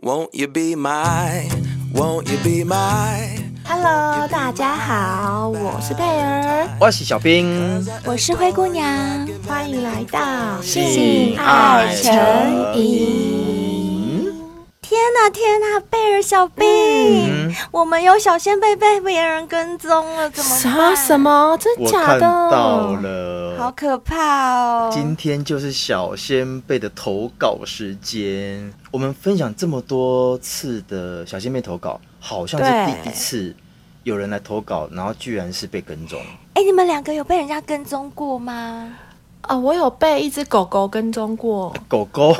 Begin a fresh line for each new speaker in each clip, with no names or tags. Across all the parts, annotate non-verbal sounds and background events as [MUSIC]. Won't you be my? Won't you be my?
Hello，大家好，我是贝儿，
我是小兵，
我是灰姑娘，欢迎来到
性爱成
瘾。天呐天呐，贝尔小兵，我们有小仙贝被别人跟踪了，怎么
啥
办？
什么？真
我
假
看
的？
到了，
好可怕哦！
今天就是小仙贝的投稿时间。我们分享这么多次的小仙贝投稿，好像是
对
第一次有人来投稿，然后居然是被跟踪。
哎，你们两个有被人家跟踪过吗？
哦，我有被一只狗狗跟踪过，
狗
[LAUGHS]
狗，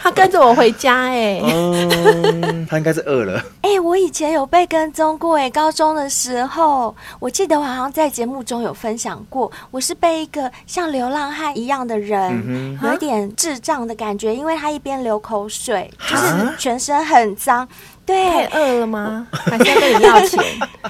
它跟着我回家哎、
哦嗯，它应该是饿了。
哎，我以前有被跟踪过，哎，高中的时候，我记得我好像在节目中有分享过，我是被一个像流浪汉一样的人
嗯，
有一点智障的感觉，因为他一边流口水，就是
啊
全身很脏。
太
对，
饿了吗？还是要跟你要钱？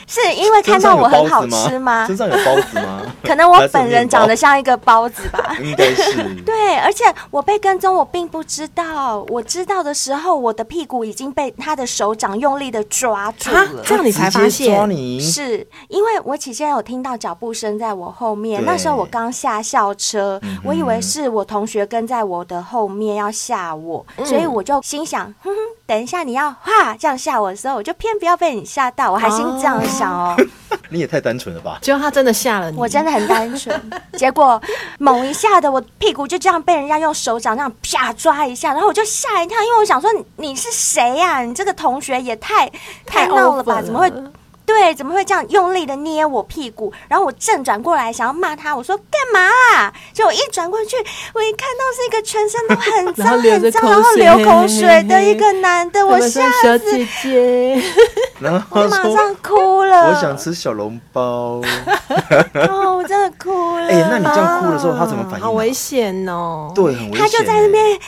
是因为 [LAUGHS] 看到我很好吃吗
身？上有包子吗？
[LAUGHS] 可能我
还是有
本人
面包。
长得像一个包子吧
[LAUGHS] 应该是。
[LAUGHS] 对，而且我被跟踪，我并不知道。我知道的时候，我的屁股已经被他的手掌用力的抓住
啊
了，。
这样你才发
直接抓
现？
你，
是因为我起先有听到脚步声在我后面，
对
那时候我刚下校车，
嗯哼
我以为是我同学跟在我的后面要吓我，
嗯
所以我就心想，哼哼，等一下你要哇这样吓我的时候，我就偏不要被你吓到，我还心这样想哦，
你也太单纯了吧？
结果它真的吓
嗯
了你，
我真的很单
[LAUGHS]
纯。结果猛一下的，我屁股就这样被人家用手掌这样啪抓一下，然后我就吓一跳，因为我想说你你是谁呀、你这个同学也太太闹
over
了吧？怎么会？对，怎么会这样用力的捏我屁股？然后我正转过来想要骂他，我说干嘛啊？就我一转过去，我一看到是一个全身都很
[LAUGHS]
然后
脏
流
很
着
脏，
口
然后
水
流口水的一个男的，我
他们说
吓
小
死，
姐姐，
然
我
后
马
说
上哭
[LAUGHS]
了。
我想，吃小笼包。
哦，我真的哭了。
哎、那你这样哭的时候，他
嗯
怎么反应、啊？
好危险哦！，
对，很危险欸。
他就在那边，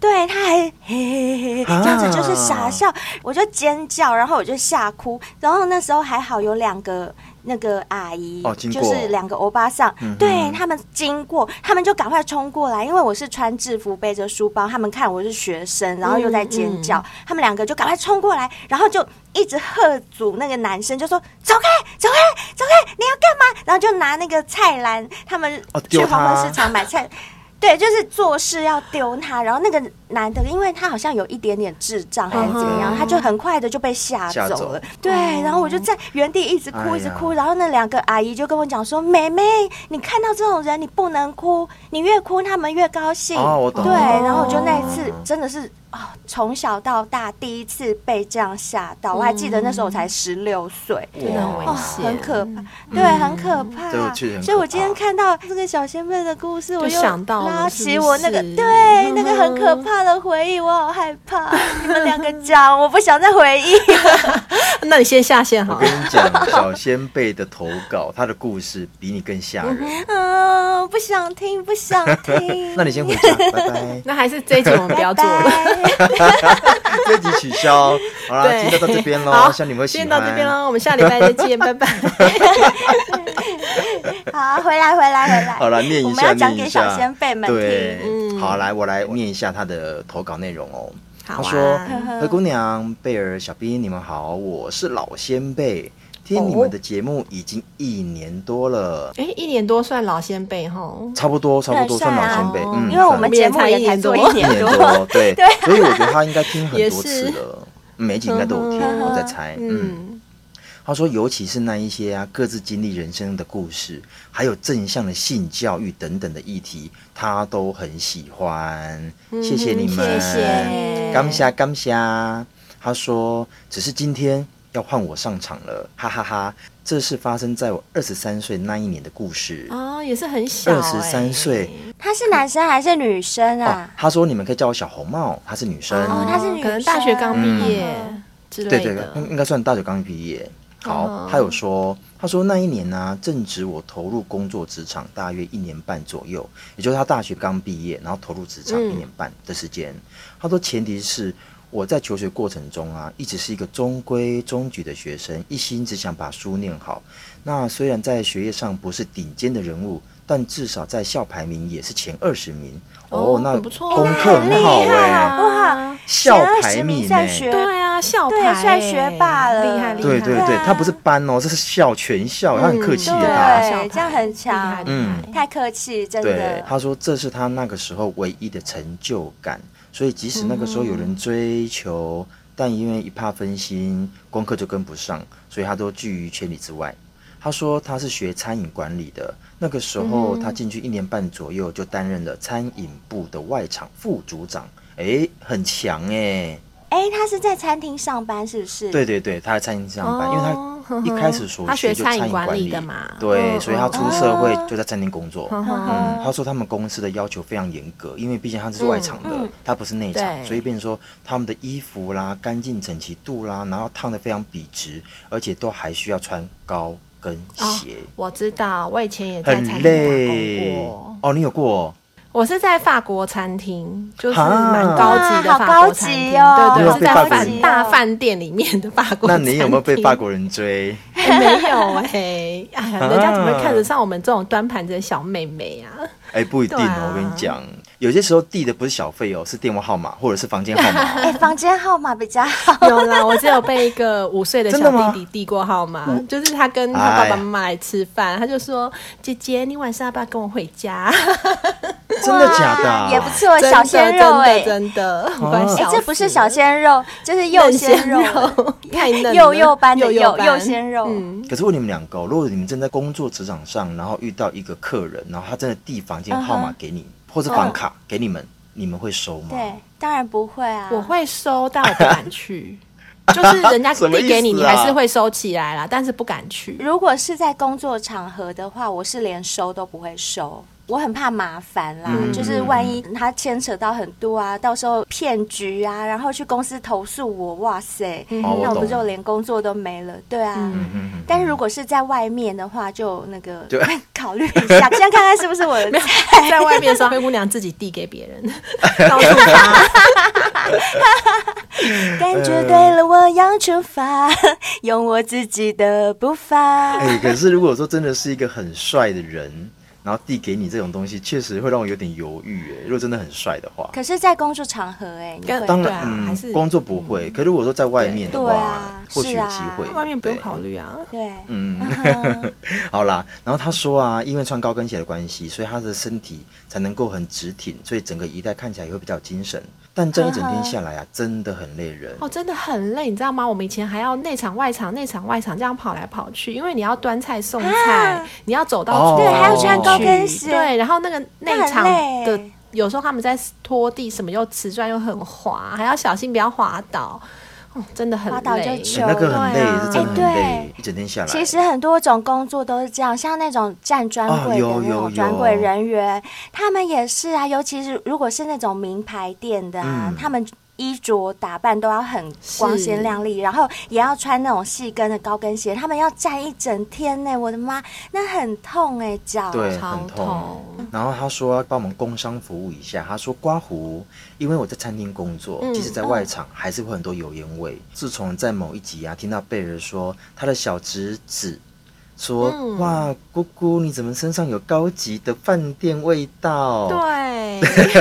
对，他还嘿嘿嘿嘿这
啊
样子，就是傻笑，我就尖叫，然后我就吓哭，然后那时候还好有两个。那个阿姨、
哦经
就
过
是两个欧巴桑，
嗯哼
对他们经过，他们就赶快冲过来，因为我是穿制服背着书包，他们看我是学生，然后又在尖叫，他们两个就赶快冲过来，然后就一直喝阻那个男生，就说走开，走开，走开，你要干嘛？然后就拿那个菜篮，他们
哦
去
丢
黄昏
他
市场买
哦
菜， [LAUGHS] 对，就是做事要丢他，然后那个男的，因为他好像有一点点智障还是怎么样，
嗯哼
他就很快的就被吓
吓
走
走嗯
了。对，然后我就在原地一直哭，
哎
一直
呀
哭。然后那两个阿姨就跟我讲说：“妹妹，你看到这种人，你不能哭，你越哭他们越高兴。
哦我懂
对，
哦
然后我就那一次真的是啊，从小到大第一次被这样吓到，我还记得那时候我才十六岁。
真的很危
哦，
险，
很可
嗯
怕，对，很可怕。
这个确实很
所以我
可怕
今天看到这个小仙贝的故事，我又
想到了
拉
是
起
不
我那个
是嗯
对那个很可怕的回忆，我好害怕。你们两个讲，我不想再
[LAUGHS]
回忆。
那你先下线
我
好
跟 [LAUGHS]
了。
你讲，小仙贝的投稿，他的故事比你更吓人。
嗯，不想听，不想听。
[LAUGHS] 那你先回家，拜
[LAUGHS]
拜。
那还是这一集我们不要做了。
拜。
这集取消。好啦，
对
今天到这边
好
喽，希望你们会喜
今天
欢。
到这边喽，我们下礼拜再见，拜拜。
好，回来，回来，回来。
好了，念
我
一
们
下，
要讲
念
给
一
小
下。
先辈们
对
听。，
嗯
好，来，我来念一下他的投稿内容哦。
好
他说
啊，：“
灰
嗯
姑娘、贝尔、小兵，你们好，我是老先辈，
哦
听你们的节目已经一年多了，
哎，一年多算老先辈吼。
差不多，差不多
对
算老
算
先
啊
辈。嗯，
因为我
算
们节目也才做一
一
年
年
多，
多，对，所以我觉得他应该听很
也
多次
是
了，每一集应该都有听，
嗯哼
我在猜。嗯，
嗯，
他说，尤其是那一些啊各自经历人生的故事，还有正向的性教育等等的议题，他都很喜欢。谢谢你们，
谢谢，
感谢感谢。他说，只是今天要换我上场了，哈哈哈这是发生在我二十三岁那一年的故事。
哦，也是很小、
二十三岁
他是男生还是女生
哦
啊，？
他说你们可以叫我小红帽，她是女生。
哦她是女
可能大学刚毕业
嗯
之类
对
的。
对，对应应该算大学刚毕业。好，
嗯
他有说，他说那一年呢、正值我投入工作职场大约一年半左右，也就是他大学刚毕业，然后投入职场
嗯
一年半的时间。他说前提是我在求学过程中啊，一直是一个中规中矩的学生，一心只想把书念好。那虽然在学业上不是顶尖的人物，但至少在校排名也是前二十名。
哦
那
很不错啊
功课很好
厉
哎、
害啊哇
哇，
校
前
排
20名
名
在
哎、
学
对啊，校
对
牌
算学霸了
厉害厉害，
对对
对
对
啊，
他不是班哦，这是校全校，他很客气
对
的
嗯
他。
小牌
这样很强
厉害厉害
太客气，真
嗯对
的，。
他说这是他那个时候唯一的成就感，所以即使那个时候有人追求，但因为一怕分心，功课就跟不上，所以他都拒于千里之外。他说他是学餐饮管理的，那个时候
嗯
他进去一年半左右就担任了餐饮部的外场副组长，诶，很强诶。
哎，他是在餐厅上班是不是？
对对对，他在餐厅上班，因为
哦
他
呵
一
呵
开始所
他学
就
餐饮
餐饮
管
管
理
理
的嘛
对，
嗯
所以他
嗯
出社会就在餐厅工作。
嗯哼
嗯，他说他们公司的要求非常严格，因为毕竟他是外场的，他不是内场，
嗯对
所以变成说他们的衣服啦、干净整齐度啦，然后烫的非常笔直，而且都还需要穿高跟鞋，
我知道，我以前哦也在餐
很
厅
累
打工过。
哦。你有过、哦？
我是在法国餐厅，就是
哈
蛮高级的
哇
法
好高
国
级
餐厅，
哦
对对，
你有
是
被
在
法国
饭、
人
大饭店里面的法国 [LAUGHS]
那
餐厅。
你有没有被法国啊人追？
哎？没有哎、哎呀，人家怎么会看得上我们这种端盘子的小妹妹
[LAUGHS]
啊？
哎、不一定哦，
对啊
我跟你讲，有些时候递的不是小费哦，是电话号码或者是房间号码。
哎，房间号码比较好。啊
有啦，我只有被一个五岁的
真
小
的吗嗯
弟弟递过号码，就是他跟他爸
哎
爸妈妈来吃饭，他就说：“姐姐，你晚上要不要跟我回家 [LAUGHS]
真的假的、啊？
也不。错，？”
真
小
的
鲜肉哎
真的。真
哦
的，我快
哎
笑，
这不是
死
小鲜肉，就是幼鲜
嫩鲜
肉，
[LAUGHS] 太嫩了，
[LAUGHS] 幼幼班的
幼
幼
班
幼鲜肉。
嗯，
可是问你们两个哦、如果你们正在工作职场上，然后遇到一个客人，然后他真的递房间号码给你，或者房卡给你们，你们会收吗？
对，当然不会啊。
我会收，但我不敢
[LAUGHS]
去。就是人家
什么意思
递给你，
啊
你还是会收起来啦，但是不敢
[LAUGHS]
去。
如果是在工作场合的话，我是连收都不会收。我很怕麻烦啦，
嗯
就是万一他牵扯到很多啊，到时候骗局啊，然后去公司投诉我，哇塞，
哦我
那我不
懂
就连工作都没了？对啊。
嗯
嗯嗯
但是如果是在外面的话，就那个
就
[LAUGHS] 考虑一下，先看看是不是我
[LAUGHS]
的菜。
在外面的时候，灰姑娘自己递给别
[LAUGHS]
人，告诉他
感觉对了，我要出发， [LAUGHS] 用我自己的步伐。
哎、可是如果说真的是一个很帅的人，然后递给你这种东西，确实会让我有点犹豫、哎，如果真的很帅的话，
可是，在工作场合、哎，你
跟
会
当然，
对啊还
嗯，
是
工作不会。可如果说在外面的话，
对啊
或许有机
是啊
会。
外面不用
对
考虑啊。
对，
嗯，
嗯
好啦，然后他说啊，因为穿高跟鞋的关系，所以他的身体才能够很直挺，所以整个一代看起来也会比较精神。但这样一整天下来啊，真的很累人。
哦，真的很累，你知道吗？我们以前还要内场外场、内场外场这样跑来跑去，因为你要端菜送菜，
啊
你要走
哦
到
对还要
去
穿高
跟鞋
对，然后那个内场
那很累
的有时候他们在拖地什么又瓷砖又很滑，还要小心不要滑倒，哦，真的很累。
滑倒就糗
哎那个很累，
对啊
是真的很
哎对
累，一整天下来。
其实很多种工作都是这样，像那种站专柜的
哦有
那
有
种专柜人员，他们也是啊，尤其是如果是那种名牌店的啊，
嗯
他们。衣着打扮都要很光鲜亮丽，然后也要穿那种细跟的高跟鞋，他们要站一整天呢、我的妈，那很痛哎、脚。
对，
超
很
痛
痛。然后他说要帮我们工商服务一下，他说刮胡，因为我在餐厅工作，
嗯
即使在外场还是会很多油烟味。自从在某一集啊听到贝尔说他的小侄子。说、
嗯
哇，姑姑，你怎么身上有高级的饭店味道？
对，啊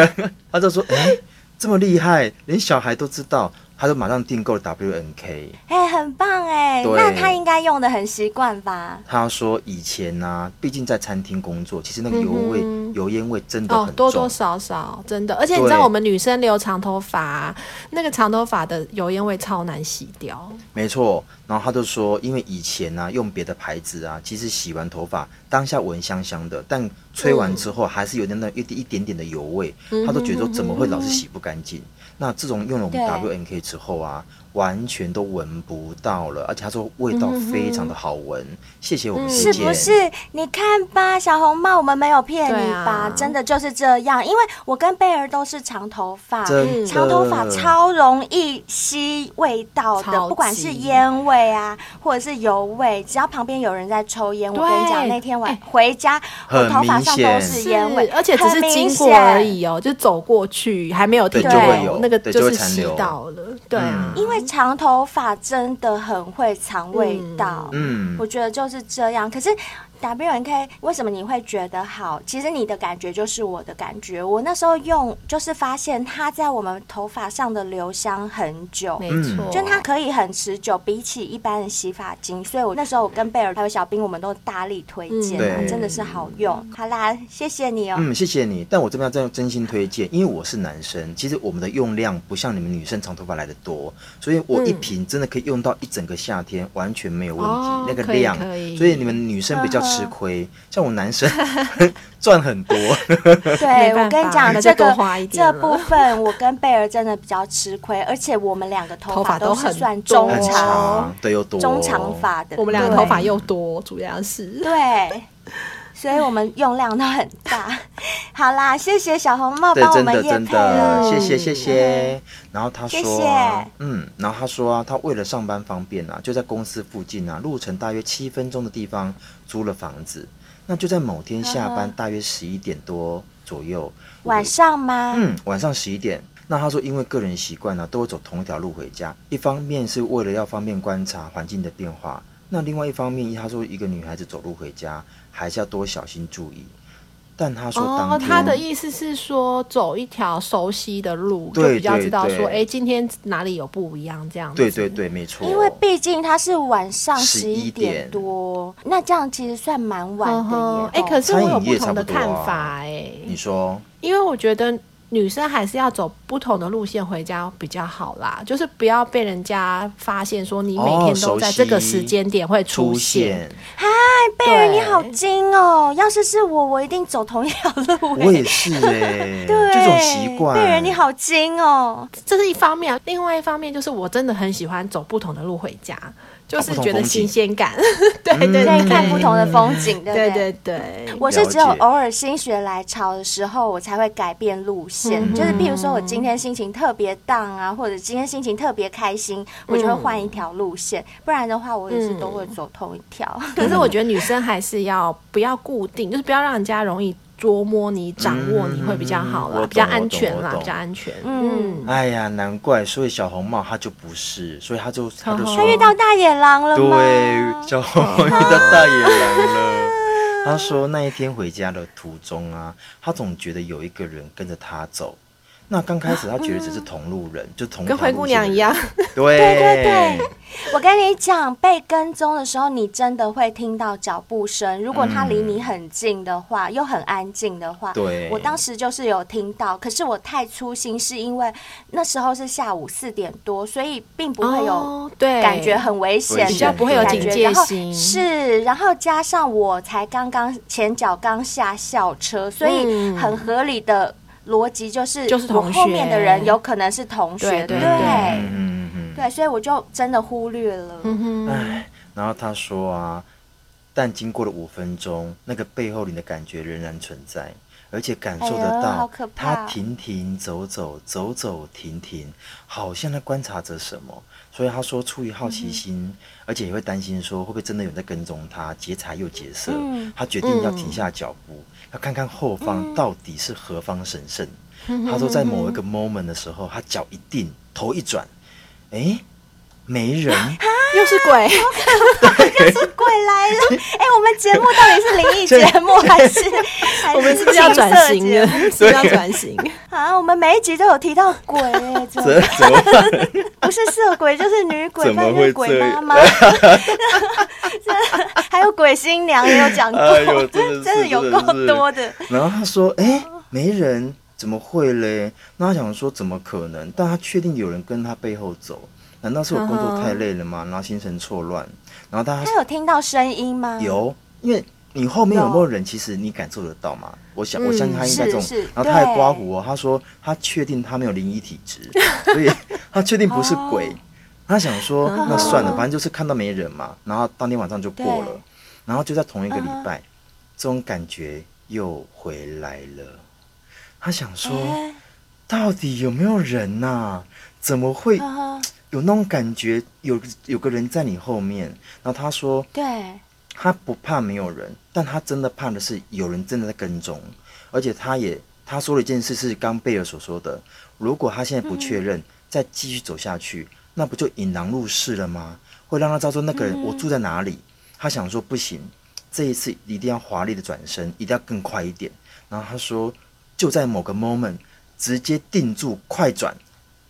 他就说，哎、这么厉害，连小孩都知道，他就马上订购 WNK。
哎、很棒哎、
对
那他应该用的很习惯吧？
他说以前呢、啊，毕竟在餐厅工作，其实那个油味、
嗯哼
油烟味真的很
哦
重，，
多多少少真的，而且你知道
对
我们女生留长头发，那个长头发的油烟味超难洗掉。
没错，然后他就说，因为以前呢、啊、用别的牌子啊，其实洗完头发当下闻香香的，但吹完之后还是有点那一一点点的油味，他都觉得说怎么会老是洗不干净？那自从用了我们
嗯对
WNK 之后啊，完全都闻不到了，而且他说味
嗯
道非常的好闻。谢谢我们推
是
荐，
不是？你看吧，小红帽，我们没有骗你吧？
对啊
真的就是这样，因为我跟贝儿都是长头发，
真的
啊
嗯
长头
嗯
发超容易吸味道
超
的，
级
不管是烟味啊，或者是油味，只要旁边有人在抽烟，我
对
跟你讲，那天晚
哎
回家，我
很
头发上都
明显
是烟味，
而且只是
很明
经过
显
而。已哦，就走过去还没有停
对
就
留
会
有
那个
对
就
就会
是
残
吸
留嗯
到了，对啊，
因为长头发真的很会藏味道，
嗯
我，觉得就是这样。可是 W N K 为什么你会觉得好？其实你的感觉就是我的感觉。我那时候用就是发现它在我们头发上的留香很久。
没
嗯
错，
就它可以很持久，比起一般的洗发精，所以我那时候我跟贝尔还有小兵，我们都大力推荐啊，
嗯对
真的是好
嗯
用。好啦，谢谢你哦。
嗯，谢谢你。但我这边要真真心推荐，因为我是男生，其实我们的用量不像你们女生长头发来的多，所以我一瓶真的可以用到一整个夏天，完全没有问题。
哦
那个
可以
量
可以，
所以你们女生比较吃亏，像我男生 [LAUGHS] 赚很多。
对，我跟你讲，
那
这
就
个
多花一点
这
了
部分我跟贝尔真的比较吃亏，而且我们两个头
头
发
发
都
都
是
很
算
多
[LAUGHS]
中
很
长
长，对，又多
中长。发的，
我们两个
对
头发又多，主要是。
对，所以我们用量都很大。 [LAUGHS] 好啦，谢谢小红帽
对，
帮我
真
们
的
夜
真
配
的，
了，
谢谢谢谢。然后他
谢
说啊、
谢
嗯，然后他说啊，他为了上班方便啊，就在公司附近啊，路程大约七分钟的地方租了房子。那就在某天下班，大约十一点多左右，
嗯晚上吗？
嗯，晚上十一点。那他说，因为个人习惯呢、啊都会走同一条路回家。一方面是为了要方便观察环境的变化，那另外一方面，他说一个女孩子走路回家还是要多小心注意。但他说当
哦，
天，
他的意思是说走一条熟悉的路，就
对
比较知道
对
说，
对
哎，今天哪里有不一样这样子。
对对对，没错，
因为毕竟它是晚上十一
11
点
点
多，那这样其实算蛮晚
嗯
的耶
哼。
哦
哎，可是我
餐饮
有不
业
同
差
的
不多啊
看法哎，
你说
因为我觉得女生还是要走不同的路线回家比较好啦，就是不要被人家发现说你每天都在这个时间点会
哦出
现。
现，
哎贝尔
对
你好精哦，要是是我，我一定走同一条路。
我也
[LAUGHS]
是哎、[LAUGHS]
对，
这种习惯，
贝尔你，好精哦，
这是一方面啊，另外一方面就是我真的很喜欢走不同的路回家，就是
不同
觉得
风景嗯
新鲜感。 [LAUGHS] 对对对，
对，看不同的风景，对不
嗯对对对，
我是
了
只有
解
偶尔心血来潮的时候，我才会改变路线。
嗯
就是譬如说，我今天心情特别荡啊，或者今天心情特别开心，我就会换
嗯
一条路线。不然的话，我也是都会走同一条。
可是我觉得女生还是要不要固定，就是不要让人家容易捉摸你、掌握你会比较好
嗯
啦，
我懂
比较安全
我
啦，
懂
比较安全。
嗯
嗯，
哎呀，难怪，所以小红帽她就不是，所以她就她就说
她
遇到大野狼了吗？
对，小红帽遇到大野狼
[LAUGHS]
了。他说那一天回家的途中啊，他总觉得有一个人跟着他走。那刚开始他觉得只是同路人，就同一
跟
条
灰姑娘一
路线的人
样。，
对
对嗯对对，我跟你讲，被跟踪的时候，你真的会听到脚步声。如果他离你很近的话，又很安静的话，
嗯对
我当时就是有听到，可是我太粗心，是因为那时候是下午四点多，所以并不会有。
哦对
感觉很危
危险
险，的
比较不会有
感觉
警
戒
然后
心
是，然后加上我才刚刚前脚刚下校车，所以
嗯
很合理的逻辑就是，
就是
我
同
后面
学
的人有可能是同学，
对对
对
对
嗯嗯嗯嗯。
对，所以我就真的忽略了。
嗯
唉，然后他说啊，但经过了五分钟，那个背后里的感觉仍然存在，而且感受
哎
得
呦好
到
可，怕
他停停走走，走走停停，好像在观察着什么。所以他说，出于好奇心，
嗯
而且也会担心说会不会真的有人在跟踪他，劫财又劫色。
嗯
他决定要停下脚步，要看看后方到底是何方神圣。他说，在某一
[LAUGHS]
个 moment 的时候，他脚一定，头一转，诶，没人。
又是鬼， [LAUGHS]
鬼来
[LAUGHS]
了！哎、我们节目到底是灵异节目还是还
我们是不是要转型
青涩
了？是不
节目 [LAUGHS]
是要转型？ [LAUGHS]
啊？我们每一集都有提到鬼、哎，
怎
怎么
怎么办？
不是色鬼就是女鬼，
怎么
不然就
会
是鬼
这
妈
样
妈？ [LAUGHS] 这还有鬼新娘也有讲过，
[LAUGHS] 哎呦，真的是
真的有够多。的。
真是然后他说：“哎、没人，怎么会嘞？”那他想说：“怎么可能？”但他确定有人跟他背后走，难道是我工作太累了吗？然后心神错乱，然后大
他
家
有听到声音吗？，
有，因为你后面有没有人，其实你感受得到嘛？我想，我相信他应该这种
嗯是是。
然后他还 [LAUGHS]
对
刮胡哦，他说他确定他没有灵异体质，所以他确定不是鬼。他想说，
嗯
那算了，反正就是看到没人嘛，然后当天晚上就过了
对，嗯
然后就在同一个礼拜，这种感觉又回来了。他想说，
哎
到底有没有人呐、怎么会
嗯哼
有那种感觉？有有个人在你后面。然后他说，
对，
他不怕没有人，但他真的怕的是有人真的在跟踪，而且他也他说了一件事是刚贝尔所说的，如果他现在不确认，再继续走下去，那不就引狼入室了吗？会让他知道说那个人我住在哪里。他想说不行，这一次一定要华丽的转身，一定要更快一点。然后他说就在某个 moment 直接定住快转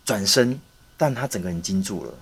转身，但他整个人惊住了，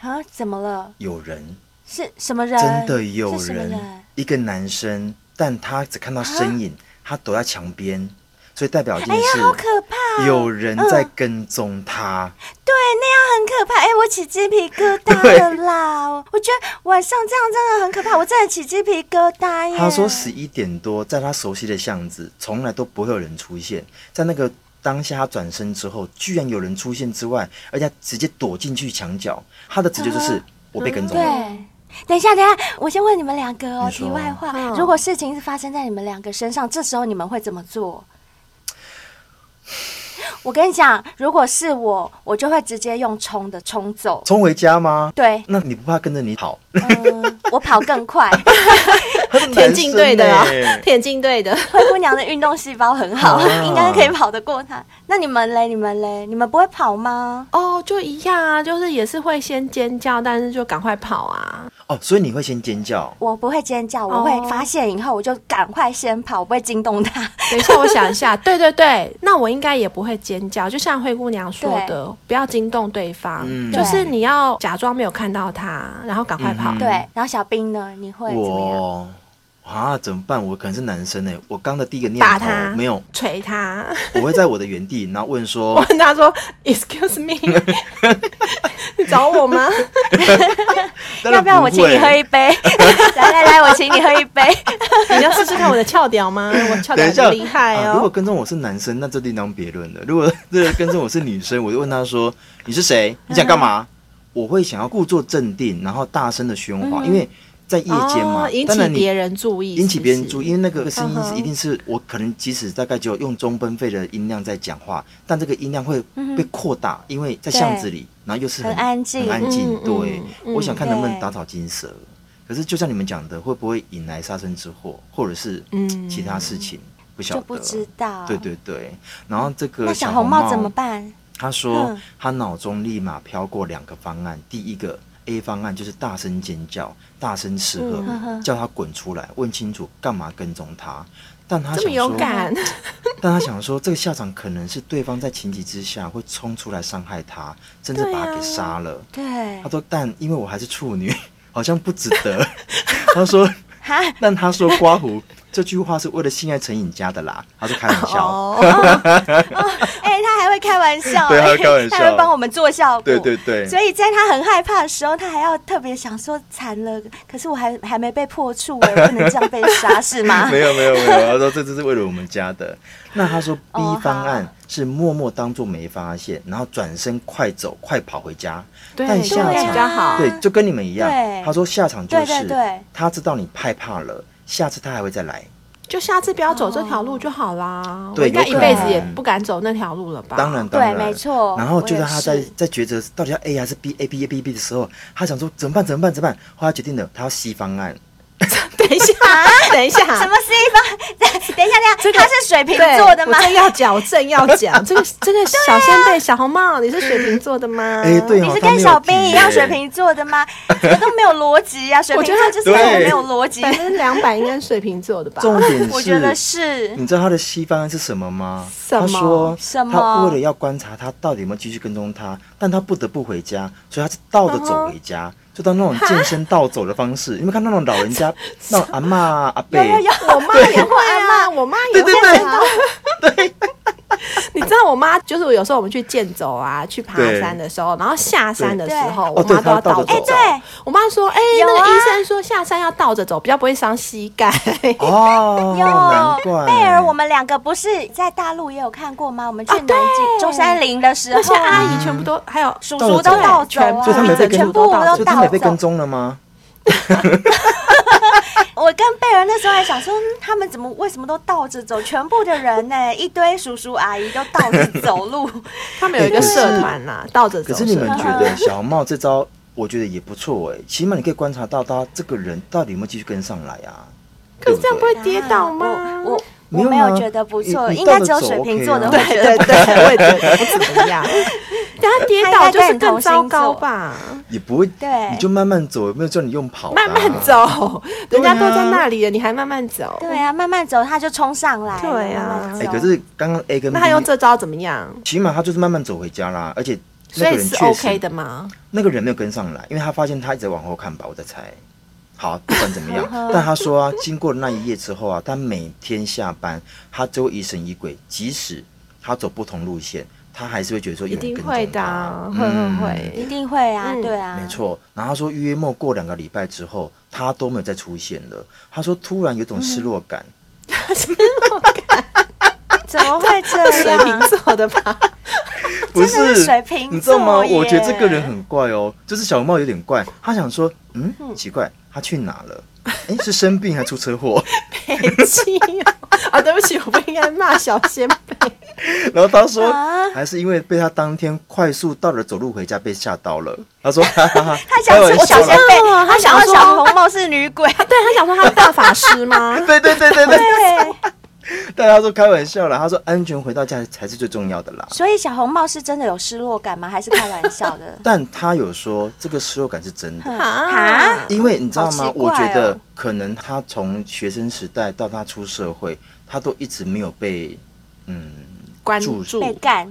啊，怎么了？
有人。
是什么人？
真的有
是什么啊
人
人？，
一个男生，但他只看到身影，他躲在墙边，所以代表一件
哎呀，好
事，
可哎怕哦！
有人在
嗯
跟踪他。
对，那样很可怕。哎、我起鸡皮疙瘩了啦！我我觉得晚上这样真的很可怕，我真的起鸡皮疙瘩耶。
他说十一点多，在他熟悉的巷子，从来都不会有人出现。在那个当下，他转身之后，居然有人出现之外，而且他直接躲进去墙角。他的直觉就是我被跟踪了。
啊嗯对。等一下，等一下，我先问你们两个哦。
你说啊
题外话，
嗯
如果事情是发生在你们两个身上，这时候你们会怎么做？我跟你讲，如果是我，我就会直接用冲的冲走。
冲回家吗？
对，
那你不怕跟着你跑？ [LAUGHS]
嗯，我跑更快。
他是
田
[LAUGHS]
男
径
生
队的啊
欸，
田径队的。
灰姑娘的运动细胞很好，
啊
应该可以跑得过她。那你们嘞？你们嘞？你们不会跑吗？
[LAUGHS] 哦，就一样啊，就是也是会先尖叫，但是就赶快跑啊。
哦，所以你会先尖叫。
我不会尖
哦
叫，我会发现以后我就赶快先跑，我不会惊动他。
等一下，我想一 [LAUGHS] 下，对对对，那我应该也不会尖叫，就像灰姑娘说的，不要惊动对方，
嗯
就是你要假装没有看到他，然后赶快跑。
嗯
对，然后小兵呢？你会怎么样？
我啊，怎么办？我可能是男生哎、我刚的第一个念
打
头
他
哦没有，哦
捶他，
我会在我的原地，然后 [LAUGHS] 问
我
说，
问他说：“Excuse
[LAUGHS]
me，你找我吗
当
要
然
不要我请
会
你喝一
[LAUGHS]
杯？
[LAUGHS]
来来来，我请你喝一杯。？”
你要试试看我的翘屌吗？我翘屌
等一下，
很厉害
啊如果
哦。
跟踪我是男生，那这另当别论了。 [LAUGHS] 如果这跟踪我是女生，我就问她说：“你是谁？你想干
嗯
嘛？”我会想要故作镇定，然后大声的喧哗，
嗯
因为在夜间嘛，
哦引
当
起
然你
别人注意，
引起别人
是不
注
是
意，因为那个声音
嗯
是
哼
一定是我可能即使大概只有用中分费的音量在讲话，但这个音量会被扩大，因为在巷子里，然后又是很
嗯很安静
很安静
嗯。
对
嗯，
我想看能不能
对
打草惊蛇。可是就像你们讲的，会不会引来杀身之祸，或者是
嗯
其他事情，不晓
就
得。
不知道。
对。对对，然后这个
那小红帽怎么？办？
他说
嗯
他脑中立马飘过两个方案，第一个 A 方案就是大声尖叫、大声斥喝，
嗯
呵呵
叫他滚出来，问清楚干嘛跟踪他。但他
这
想
么勇
说，
敢，
[LAUGHS] 但他想说，这个下场可能是对方在情急之下会冲出来伤害他，甚至
对
把他
啊
给杀了。
对
他，说，但因为我还是处女， [LAUGHS] 好像不值得。 [LAUGHS] 他说，
哈，
但他说刮胡这句话是为了性爱成瘾加的啦。他说开玩
[LAUGHS]
笑。
哦，
哎，他还会开玩笑，
对
哎
他会开玩笑
他还会帮我们做效果。
对对对
所以在他很害怕的时候，他还要特别想说：“惨了，可是我还还没被破处
[LAUGHS]
哎，我不能这样被杀是 [LAUGHS] 吗
没有没有没有，他说这只是为了我们家的。 [LAUGHS] 那他说 B
哦
方案是默默当做没发现，然后转身快走快跑回家。
对，
但
这样
下
比
场
较好。
对，就跟你们一样
对。
他说下场就是
对对对
他知道你害怕了，下次他还会再来。
就下次不要走这条路就好啦。
对
我应该
有
一
可
辈子
能
也不敢走那条路了吧？
当然，当
对
然，
没错
然后就
我
在
也
他在
是
在抉择到底要 A 还是 B，A B A B B 的时候，他想说怎么办怎么办怎么办？后来决定了，他要 C 方案。
等一下，等一下，？”
啊什么 C 方？ [LAUGHS] 等一下，等一下，
这个
他是水瓶
对
座的吗啊
我？正要讲，我正要讲，
[LAUGHS]
这个这个小仙贝、小红帽，你是水瓶座的吗？
哎对哦
你
他没
是跟
有
小兵
提
一样
耶
水瓶座的吗？怎么都没有逻辑呀、水
我
瓶
觉
座
得
就是因为
对
没有逻辑
百。分之两百应该是水瓶座的吧？
重点是，
[LAUGHS] 我觉得是
你知道他的西方案是什么吗？
什么
他说
什么
他为了要观察他到底有没有继续跟踪他，但他不得不回家，所以他是倒着走回
啊
家，就当那种健身倒走的方式。你有没有看那种老人家，
[LAUGHS]
那种阿嬷阿伯，
有
啊
有有，我妈也会啊，我妈也
对
会
对对
[LAUGHS] 啊。你知道像我妈，就是有时候我们去健走啊，去爬
对
山的时候，然后下山的时候，我妈
对哦对
都要
她倒
倒
着
着
走
走。
哎对
我妈说，哎、
有
那个
啊
医生说下山要倒着走，比较不会伤膝盖。
哦，难
有
怪
贝尔，我们两个不是在大陆也有看过吗？我们去
哦
南
对
京中山陵的时
那些
候，嗯
阿姨全部都还有
叔
倒
叔
着
都
走
倒走
全
啊，
部
所以他们被跟
全部我
倒
们
走
所
都
以真的
倒
被跟
走。
踪了吗？
我跟贝尔那时候还想说，嗯他们怎么为什么都倒着走？全部的人呢、一堆叔叔阿姨都倒着走路。
他们有一个社团呐、倒着走
可
社
是
团。
你们觉得
嗯
[LAUGHS] 小茂这招，我觉得也不错哎、起码你可以观察到他这个人到底有没有继续跟上来啊？
可是这样不会
对
跌倒吗？
啊嗯我我
没
我
有啊
没有觉得不错，
你你
应该只有水瓶
啊
座的会觉得
对对，我也觉得不怎么样。 [LAUGHS] 等下跌倒就是更糟糕吧？
不对也不会，
对
你就慢慢走，有没有叫你用跑、啊
慢慢。走，
对
人
啊
家都在那里了，你还慢慢走？
对啊，慢慢走他就冲上来。
对啊
慢慢
哎、
走
可是刚刚 A 跟 B，
那他用这招怎么样？
起码他就是慢慢走回家啦，而且
所
那个
以
人
是
确实
OK 的吗？
那个人没有跟上来，因为他发现他一直往后看吧，我在猜。
[LAUGHS]
好，不管怎么
嗯
样，但他说啊，经过那一夜之后啊，他每天下班，他都会疑神疑鬼，即使他走不同路线，他还是会觉得说有
一
人
定
跟踪
会的
他
啊，，会会
嗯。
一
会。
定会啊，
嗯
对啊，
没。错，然后他说约莫过两个礼拜之后，他都没有再出现了。他说突然有种
嗯
失落感，
[LAUGHS]
嗯
怎么会这
水瓶
样？
座的吧？
不
真的是水瓶座
你知道吗？
耶
我觉得这个人很怪哦，就是小猫有点怪。他想说，嗯，奇怪，他去哪了？哎，是生病还出车祸？ [LAUGHS]
北京啊，对不起，我不应该骂小仙 [LAUGHS] 贝。
然后他说，
啊
还是因为被他当天快速倒着走路回家被吓到了。他
[LAUGHS]
说，哈哈哈，
他想
开玩
说
笑
小
啦
仙贝
哦，
他想
他想
说
说
小红帽是女鬼。
哎对他想说他是大法师 [LAUGHS] 吗？
对对对对对，
对，
但他说开玩笑啦，他说安全回到家才是最重要的啦。？
[LAUGHS] 所以小红帽是真的有失落感吗？还是开玩笑的
[LAUGHS] 但他有说这个失落感是真的，
啊，
因为你知道吗？
嗯好奇怪
我
哦
觉得可能他从学生时代到他出社会，他都一直没有被嗯
关
注
注
被干，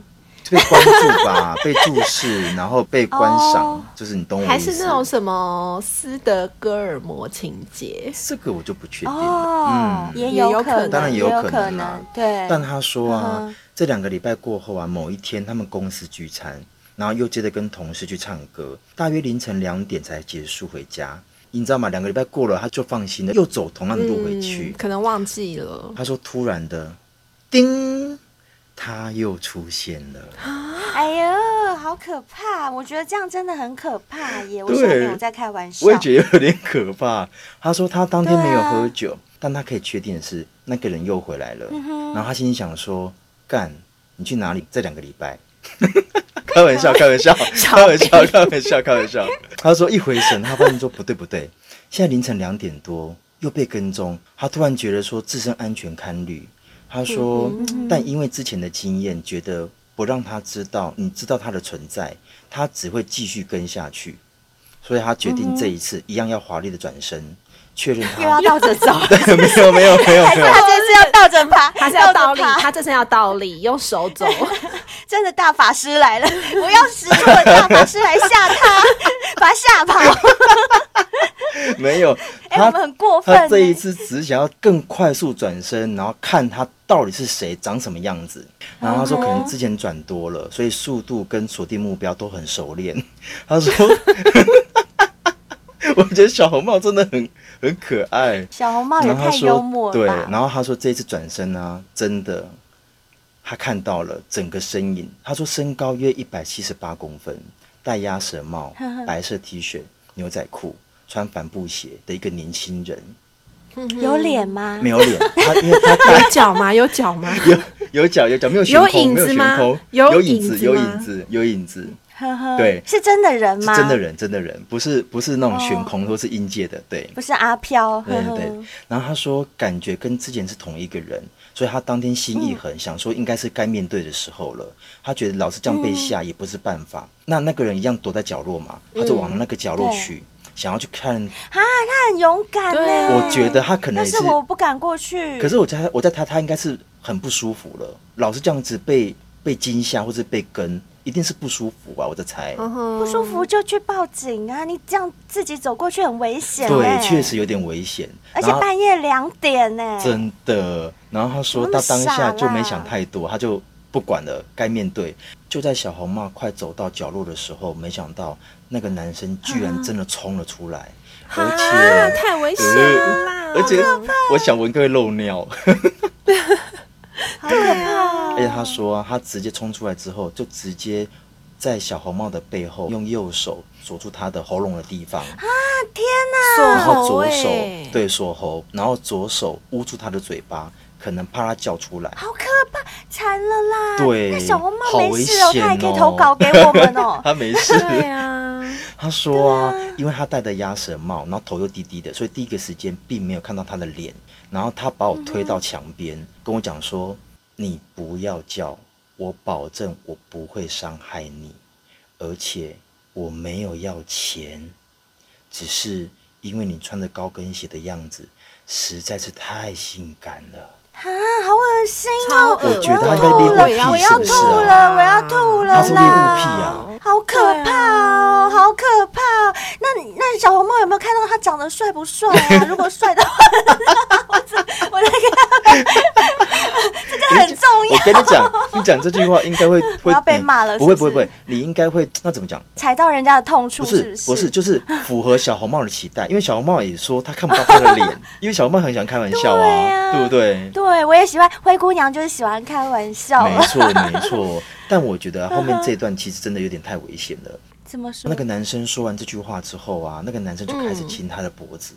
被关注
[LAUGHS]
吧，被注视，然后被观赏，
哦
就是你懂我意思。
还是那种什么斯德哥尔摩情节？
这个我就不确定了。
哦，
嗯，
也
也有
有
可
可
能
能，
当然也
也
有可
可
能啦
能，
哎
对。
但他说啊，
嗯哼
这两个礼拜过后啊，某一天他们公司聚餐，然后又接着跟同事去唱歌，大约凌晨两点才结束回家。你知道吗？两个礼拜过了，他就放心了，又走同样的路回去
嗯。可能忘记了。
他说，突然的，叮，他又出现了。
哎呀，好可怕！我觉得这样真的很可怕耶。我
对
现在没有在开玩笑
我，也觉得有点可怕。他说他当天没有喝酒，但他可以确定的是，那个人又回来了。然后他心里想说：“干，你去哪里？这两个礼拜？” [LAUGHS] 开玩笑，开玩笑，开玩笑，开玩笑，开玩笑。他说一回神，他发现说不对不对，现在凌晨两点多又被跟踪，他突然觉得说自身安全堪虑。他说，
嗯
但因为之前的经验，觉得不让他知道，你知道他的存在，他只会继续跟下去。所以他决定这一次一样要华丽的转身，确认
又要
他 [LAUGHS]
倒着走，
对没有没有没有没有
他这次要倒着爬，
他是要倒
倒
立，
着爬，
他这是要倒立，用手走。
真的大法师
[LAUGHS]
来了，我要使出我的大法师来吓他，把他
[LAUGHS]
吓跑。
没有，
[LAUGHS] 哎、我们
他
很过分耶。
他这一次只想要更快速转身，然后看他到底是谁，长什么样子。然后他说可
嗯
能之前转多了，所以速度跟锁定目标都很熟练。他
[LAUGHS]
说，我觉得小红帽真的很很可爱。
小红帽也
然后他
太
说
幽默
对，
了吧？，
然后他说这一次转身啊，真的，他看到了整个身影。他说身高约一百七十八公分，戴鸭舌帽白色 T 恤，牛仔裤，穿帆布鞋的一个年轻人，
有脸吗？
[LAUGHS] 没有脸。他因为他
[LAUGHS]
戴
有脚吗？有脚 [LAUGHS] 吗？
有有脚有脚，没有悬
有
空，
影
没有
子
悬
吗
空，
有
有影
影
子，
子
有
吗
影子，有影子，
呵呵，
对
是真的人
是
吗？
真的，人，真的人，不是不是那种悬
哦
空或是应届的，对。
不是阿飘。呵
对
呵
对对，然后他说感觉跟之前是同一个人，所以他当天心一横，想说应该是该面对的时候了。他觉得老是这样被吓也不是办法，那那个人一样躲在角落嘛，他就往那个角落
对
去，想要去看。
啊，他很勇敢呢、
对
啊我觉得他可能
但
也
是我不敢过去。
可是我猜我在猜他应该是很不舒服了，老是这样子被被惊吓或是被跟，一定是不舒服吧？我在猜。
不
不
舒服就去报警啊！你这样自己走过去很危险、欸。
对，确。实有点危险。
而且
然后
半夜两点呢、哎
真的。然后他说
怎么
他
那么
当下
傻
就没
啦
想太多，他就不管了，该面对。就在小红帽快走到角落的时候，没想到那个男生居
啊
然真的冲了出来，而
啊，
且
太危险了啦！
而且我想文哥会漏尿。
好可怕
而且他说、啊，他直接冲出来之后，就直接在小红帽的背后用右手锁住他的喉咙的地方，
锁
然后
喉
左手
哎，
对锁喉，然后左手捂住他的嘴巴，可能怕他叫出来。
好可怕，惨了啦！
对
那小红帽
好
没
危
事哦，
险
他还可以
哦
投稿给我们哦。
他
[LAUGHS]
没事，
对啊，
他说啊，因为他戴的鸭舌帽，然后头又低低的，所以第一个时间并没有看到他的脸。然后他把我推到墙边，
嗯
跟我讲说：“你不要叫，我保证我不会伤害你，而且我没有要钱，只是因为你穿着高跟鞋的样子实在是太性感了。”
啊，好恶心
超
哦！
恶
我觉得他
我
在猎物癖
要吐了，我
是
要
不是
吐
啊
了，我要吐了
他是猎物癖
啦
啊！
好可
啊
怕哦，好可怕哦！那那小红帽有没有看到他长得帅不帅
[LAUGHS]
啊？如果帅的话，我这我 [LAUGHS] 这个这个很重
我
要，
跟你讲，你讲这句话应该会
[LAUGHS] 我
会
要被
嗯
骂了
不会
是
不
不
会
是
不会，你应该会那怎么讲？
踩到人家的痛处
不
是
是
不是？
不是，就是符合小红帽的期待，因为小红帽也说她看不到他的
[LAUGHS]
脸，因为小红帽很喜欢开玩笑
对
啊，
啊
对不对？
对，我也喜欢灰姑娘，就是喜欢开玩笑
没
了。
错没错，但我觉得后
[LAUGHS]
面这一段其实真的有点太危险了。
怎么说？
那个男生说完这句话之后啊，那个男生就开
嗯
始亲她的脖子，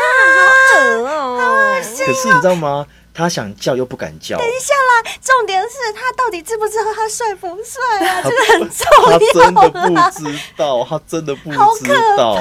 恶哦，
可是你知道吗？他想叫又不敢叫，
下啦，重点是他到底知不知道他帅不帅啊？这个很
他真的
重要啦。
不知道，他真的不
好可
知道。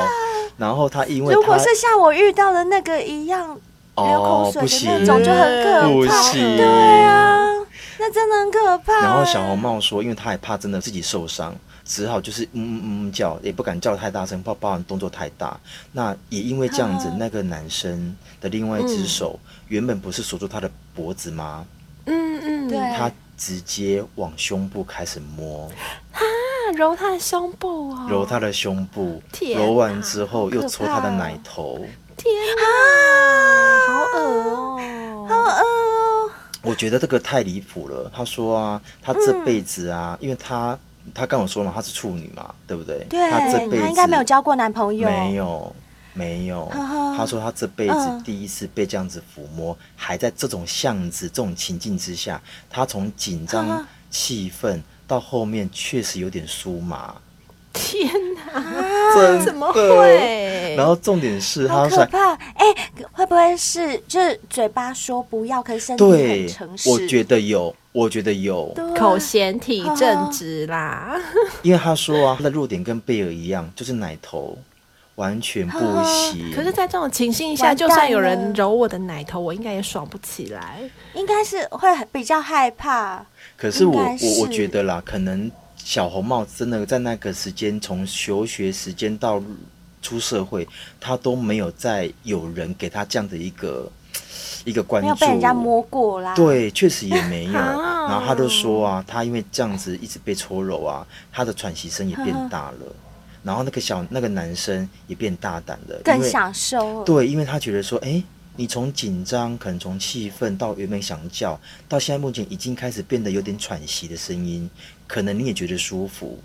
然后他因为
如果
他
是像我遇到的那个一样流口
哦，不
水的
行
那，种，就很
不
可怕。
行，
对啊，那真的很可怕。
嗯然后小红帽说，因为他也怕真的自己受伤，只好就是嗯嗯嗯叫，也不敢叫太大声，怕包含动作太大。那也因为这样
嗯
子，那个男生的另外一只手、原本不是锁住他的脖子吗？
嗯嗯，
对
他直接往胸部开始摸，
那揉他的胸部哦，
揉他的胸部，
天
揉完之后又
可
搓他的
怕
奶头。
天
啊，
哪，好恶哦，
好恶哦！
我觉得这个太离谱了。他说啊，他
嗯
这辈子啊，因为他他跟我说嘛，他是处女嘛，对不对？
对，
他这辈子
他应该没有交过男朋友。
没有，没有。
呵呵
他说他这辈子
嗯
第一次被这样子抚摸，还在这种巷子、这种情境之下，他从紧
呵
张
呵、
气愤到后面确实有点酥麻，
啊
天哪，
真
怎么
的
会？
然后重点是，
好
他
可
说
怕！哎、会不会是就是嘴巴说不要，可是身体很
对
诚，实？
我觉得有，我觉得有，
对啊
口嫌体正直啦，
因为他说啊，他的弱点跟贝尔一样，就是奶头，完全不
呵呵
行。
可是，在这种情境下，
完蛋
就算有人
了
揉我的奶头，我应该也爽不起来。
应该是会很比较害怕。
可是我
应该是
我我觉得啦，可能小红帽真的在那个时间，从求学时间到出社会，他都没有再有人给他这样的一个一个关
没
注，
有被人家摸啊过啦。，
对，确实也没有。
[LAUGHS]
啊
然后他就说啊，他因为这样子一直被搓揉啊，他的喘息声也
啊
变大了。然后那个小那个男生也变大胆了，因
更
为
享受。
对，因为他觉得说，哎，你从紧张，可能从气愤到原本想叫，到现在目前已经开始变得有点喘息的声音，可能你也觉得舒服。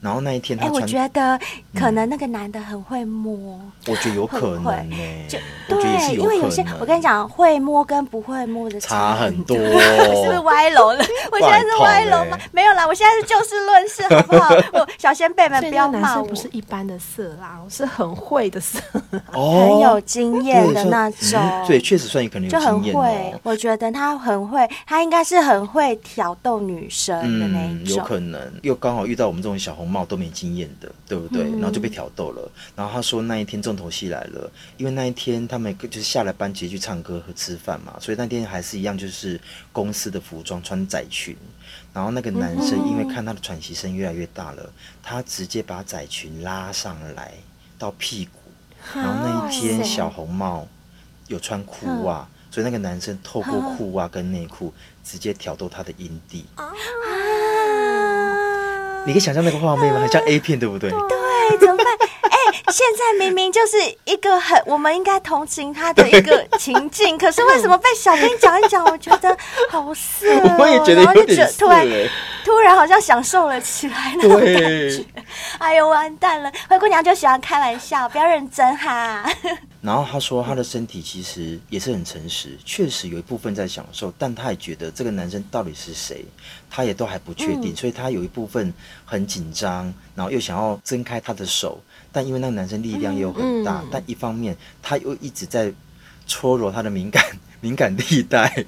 然后那一天
哎、
他
我
穿，
觉得可能那个男的很会摸。
我觉得有
会
可能
会
呢、
就
我觉得也
对，
是
因为
可
有
能。
些我跟你，讲，会摸跟不会摸的
差很多
[LAUGHS]
欸
是不是歪楼了？我现在是歪
拜
楼
托
吗
嘞？
没有啦，我现在是就事论事，好不好？我小先辈们
所以
不
那
要
男
骂
生
我，
不是一般的色狼，是很会的色狼。
很有
哦，
经
对
验的
算
那
嗯
种。
对，确实算有可能有
就很
经验
会
哦，。
我觉得他很会，他应该是很会挑逗女生的那
嗯，
一
有
种。
可能又刚好遇到我们这种小红帽都没经验的，对不对？
嗯
然后就被挑逗了。然后他说那一天重头戏来了，因为那一天他们就是下了班直接去唱歌和吃饭嘛，所以那天还是一样就是公司的服装穿窄裙。然后那个男生因为看他的喘息声越来越大了，他直接把窄裙拉上来到屁股。然后那一天小红帽有穿裤袜，所以那个男生透过裤袜跟内裤直接挑逗她的阴蒂。
啊
你可以想象那个画面吗？很像 A 片，对不对？
对，怎么办？哎、现在明明就是一个很我们应该同情他的一个情境，可是为什么被小兵讲一讲，我觉得好色、哦，
我也觉得
然后
有
就觉
点
得
色
突然
欸
突然好像享受了起来那种感觉 [LAUGHS]
对。
哎呦，完蛋了！灰姑娘就喜欢开玩笑，不要认真哈。
然后他说他的身体其实也是很诚实，确实有一部分在享受，但他也觉得这个男生到底是谁，他也都还不确定，所以他有一部分很紧张，然后又想要睁开他的手，但因为那个男生力量又很大，但一方面他又一直在搓揉他的敏感 [LAUGHS] 敏感地带，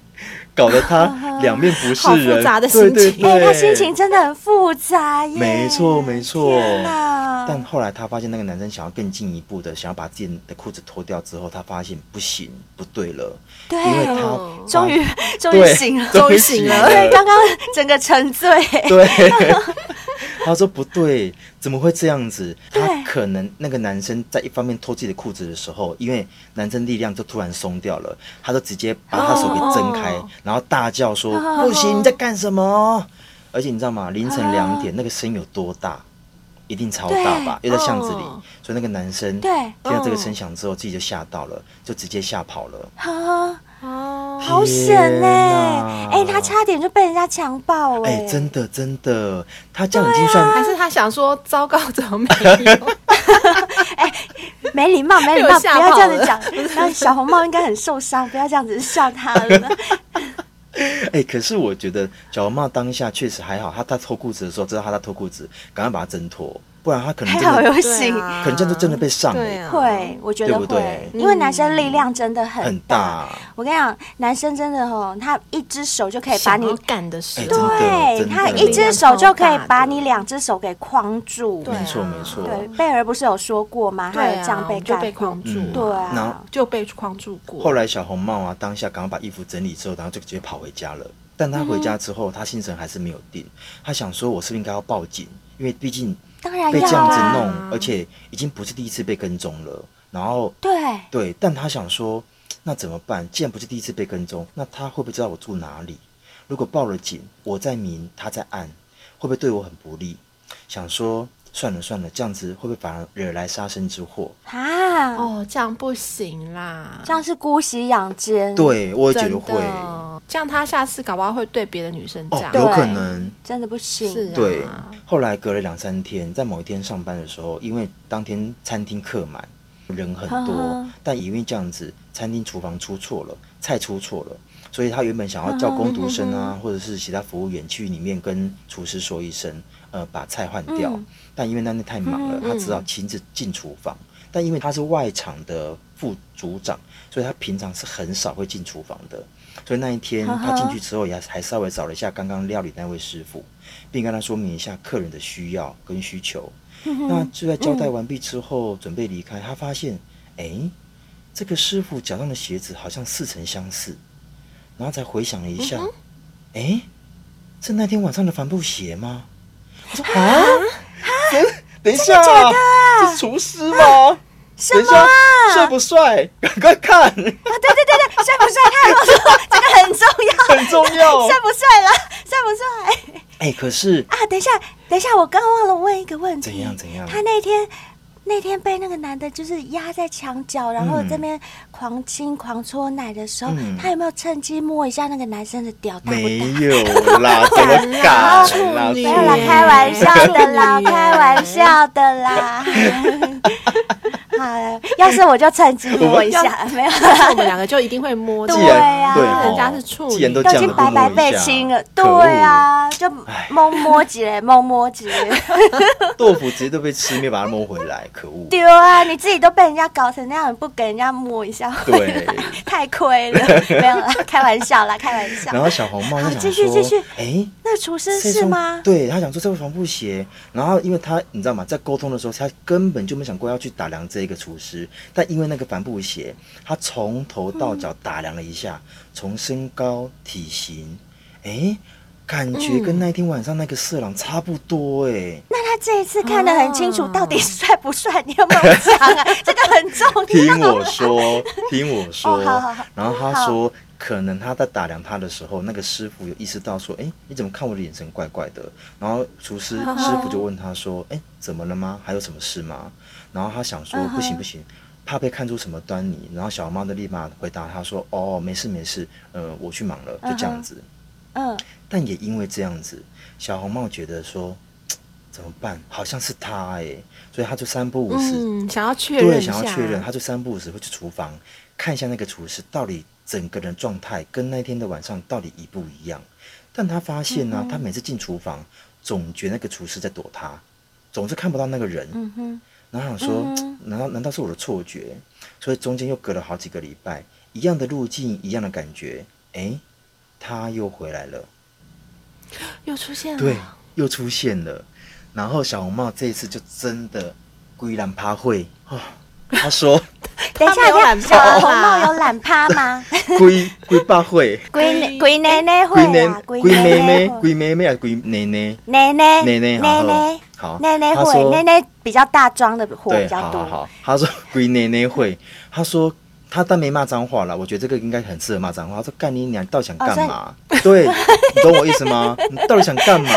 搞得他两面不是
好复
人，
杂的
对
心
对
情
哎、
对
他心情真的很复杂耶。
没错，没错
天。哪
但后来他发现那个男生想要更进一步的，想要把自己的裤子脱掉之后，他发现不行，不对了，
对
因为他
哦
终于终于
对
醒了，
终于
醒了
对，刚刚整个沉醉。 [LAUGHS]
对，他说不对，怎么会这样子？他
对
可能那个男生在一方面脱自己的裤子的时候，因为男生力量就突然松掉了，他就直接把他手给睁开，
哦
然后大叫说：“
哦
不行，你在干什么？”而且你知道吗？凌晨两
哦
点、那个声有多大？一定超大吧？又在巷子里，
哦
所以那个男生
对哦
听到这个
嗯
声响之后，自己就吓到了，就直接吓跑了。
啊，
哦，
好险
天
呢、
哪
哎、他差点就被人家强暴哎、
哎、真的真的，他这样已经算、
啊
还是他想说，糟糕，怎么没
[LAUGHS]
有？ [LAUGHS]
没礼貌，没礼
被
貌，
我
不
吓
要这样
跑
子
了
讲。
[LAUGHS]
那小红帽应该很受伤，不要这样子笑他了。
[LAUGHS]
[LAUGHS] 哎、可是我觉得小红帽当下确实还好，她在脱裤子的时候知道她在脱裤子，赶快把它挣脱，不然她可能
还
真
好
的
有
对
醒。
啊
可能这样就真的被上了
对啊
会，我觉得
对
会，
不对
因为男生力量真的很
很大。
我跟你讲，男生真的哦，他一只手就可以把
想
你
要，干的事
哎，真的
对他
真的
一只手就可以把
力量超大的
你两只手给框住。
对啊
没错没错，
对，贝尔不是有说过吗？他
对
有这样
啊，
被
就
干
被
过
框。住
嗯，
对啊
然后
就被框住过。
后来小红帽啊，当下赶快把衣服整理之后，然后就直接跑回家了。但她
嗯
回家之后，她心神还是没有定，她想说，我是不是应该要报警？因为毕竟
当然
被这
要
样子
啊，
弄，而且已经不是第一次被跟踪了。然后
对，
对，但他想说，那怎么办？既然不是第一次被跟踪，那他会不会知道我住哪里？如果报了警，我在明，他在暗，会不会对我很不利？想说，算了算了，这样子会不会反而惹来杀身之祸？
嗯
啊，
哦，这样不行啦，
这样是姑息养奸。，
对，我也觉
真
得
的
会，哦，
这样他下次搞不好会对别的女生这样，
有
对
可能。
真的不行。
是啊，
对，后来隔了两三天，在某一天上班的时候，因为当天餐厅客满，人很多，
呵呵
但因为这样子，餐厅厨房出错了，菜出错了，所以他原本想要叫工读生
嗯
啊，或者是其他服务员去里面跟厨师说一声，呃，把菜换掉。
嗯
但因为那天太忙了，
嗯
他只好亲自进厨房。但因为他是外场的副组长，所以他平常是很少会进厨房的。所以那一天
呵
他
呵
进去之后，也还稍微找了一下刚刚料理那位师傅，并跟他说明一下客人的需要跟需求。那就在交代完毕之后，准备离开，他发现，哎、这个师傅脚上的鞋子好像似曾相识，然后才回想了一
嗯
下，哎、是那天晚上的帆布鞋吗？我说啊，等一下，这是厨师吗？
什
等一
么
下
啊？，
帅不帅？赶快
[LAUGHS]
看，
啊对对对对，帅不帅？他有告诉我这个很重要，
[LAUGHS] 很重要。
[LAUGHS] 帅不帅啦？帅不帅？
哎，可是
啊，等一下，等一下，我刚忘了问一个问题。
怎样怎样
他那天那天被那个男的，就是压在墙角，然后
嗯
这边狂亲狂搓奶的时候，
嗯
他有没有趁机摸一下那个男生的屌大不
没
大？
有
[LAUGHS]
啦，怎么敢
处
啦？
女
没有啦，开玩笑的啦，开玩笑的
[LAUGHS]
啦。 [LAUGHS] 好了，要是我就趁机摸一下，没有啦。
但是我们两个就一定会 [LAUGHS] 摸的。
既
对
然
啊
对，
人家
哦
是处
既然
女
都
都
这
已
样了，
经白
不摸
白
一
被
下
亲了，
可
对
恶
啊，就摸摸几嘞，摸摸
[LAUGHS]
几嘞，
豆腐直接都被吃，没有把它摸回来，可
[LAUGHS]
恶。
丢啊！你自己都被人家搞成那样，你不给人家摸一下，会
对。
[LAUGHS] 太亏了。
[LAUGHS]
没有啦，开玩笑啦，开玩笑
然。后小红帽就
好
想
继续
说
继续
哎，
那厨师
这
是
双
吗？
对他想说这个帆布鞋，然后因为他你知道吗，在沟通的时候，他根本就没想过要去打量这一个厨师，但因为那个帆布鞋，他从头到
嗯
脚打量了一下，从身高、体型，哎，感觉
嗯
跟那天晚上那个色狼差不多哎、
那他这一次看得很清楚，
啊
到底帅不帅？你有没有
[LAUGHS]
[LAUGHS] 讲啊？这个很重要。
听我说，听我说
哦好好好，
然后他说可能他在打量他的时候，那个师傅有意识到说，哎、你怎么看我的眼神怪怪的？然后厨师
嗯
师傅就问他说，哎、怎么了吗？还有什么事吗？然后他想
嗯
说，不行不行，怕被看出什么端倪。然后小猫就立马回答他说，哦，没事没事，呃，我去忙了，就这样子。
嗯，
但也因为这样子，小红帽觉得说怎么办？好像是他哎、所以他就三不五时，
嗯，想要确认
对，
一下，
想要确认，他就三不五时会去厨房看一下那个厨师到底整个人状态跟那天的晚上到底一不一样。但他发现
嗯
呢、他每次进厨房，总觉得那个厨师在躲他，总是看不到那个人。
嗯哼，
然后想说，
嗯
难道难道是我的错觉？所以中间又隔了好几个礼拜，一样的路径，一样的感觉，哎，他又回来了。
又出现了，
对，又出现了。然后小红帽这一次就真的归然趴会啊，他说
等一下，
没有
等
懒
一下
趴
啊
小红
啦
帽有懒趴
[LAUGHS]
吗？
归归爸会，
龟龟奶奶会
归
啊
奶，
龟
归妹妹
会
归妹妹啊归奶奶
奶奶
奶奶好
奶
好
奶奶奶
他
会
说
奶奶比较大装的火
对
比，
好
较
好
多，
好，他
[LAUGHS]
说归奶奶会，他说。他但没骂脏话啦，我觉得这个应该很适合骂脏话。他说：“干你娘，你到底想干嘛？
哦
对，你懂我意思吗？你到底想干
[LAUGHS]
嘛、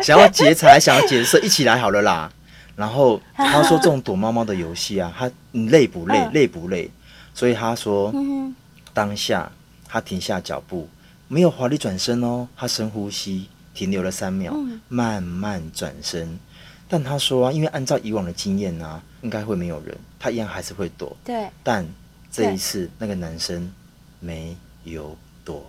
想要劫财，想要劫色，一起来好了啦。”然后他说：“这种躲猫猫的游戏啊，他你累不累？
嗯
累不累？”所以他说：“
嗯
当下，他停下脚步，没有华丽转身哦，他深呼吸，停留了三秒，
嗯
慢慢转身。但他说啊，因为按照以往的经验啊，应该会没有人，他一样还是会躲。
哼，对，
但这
对
一次，那个男生没有躲，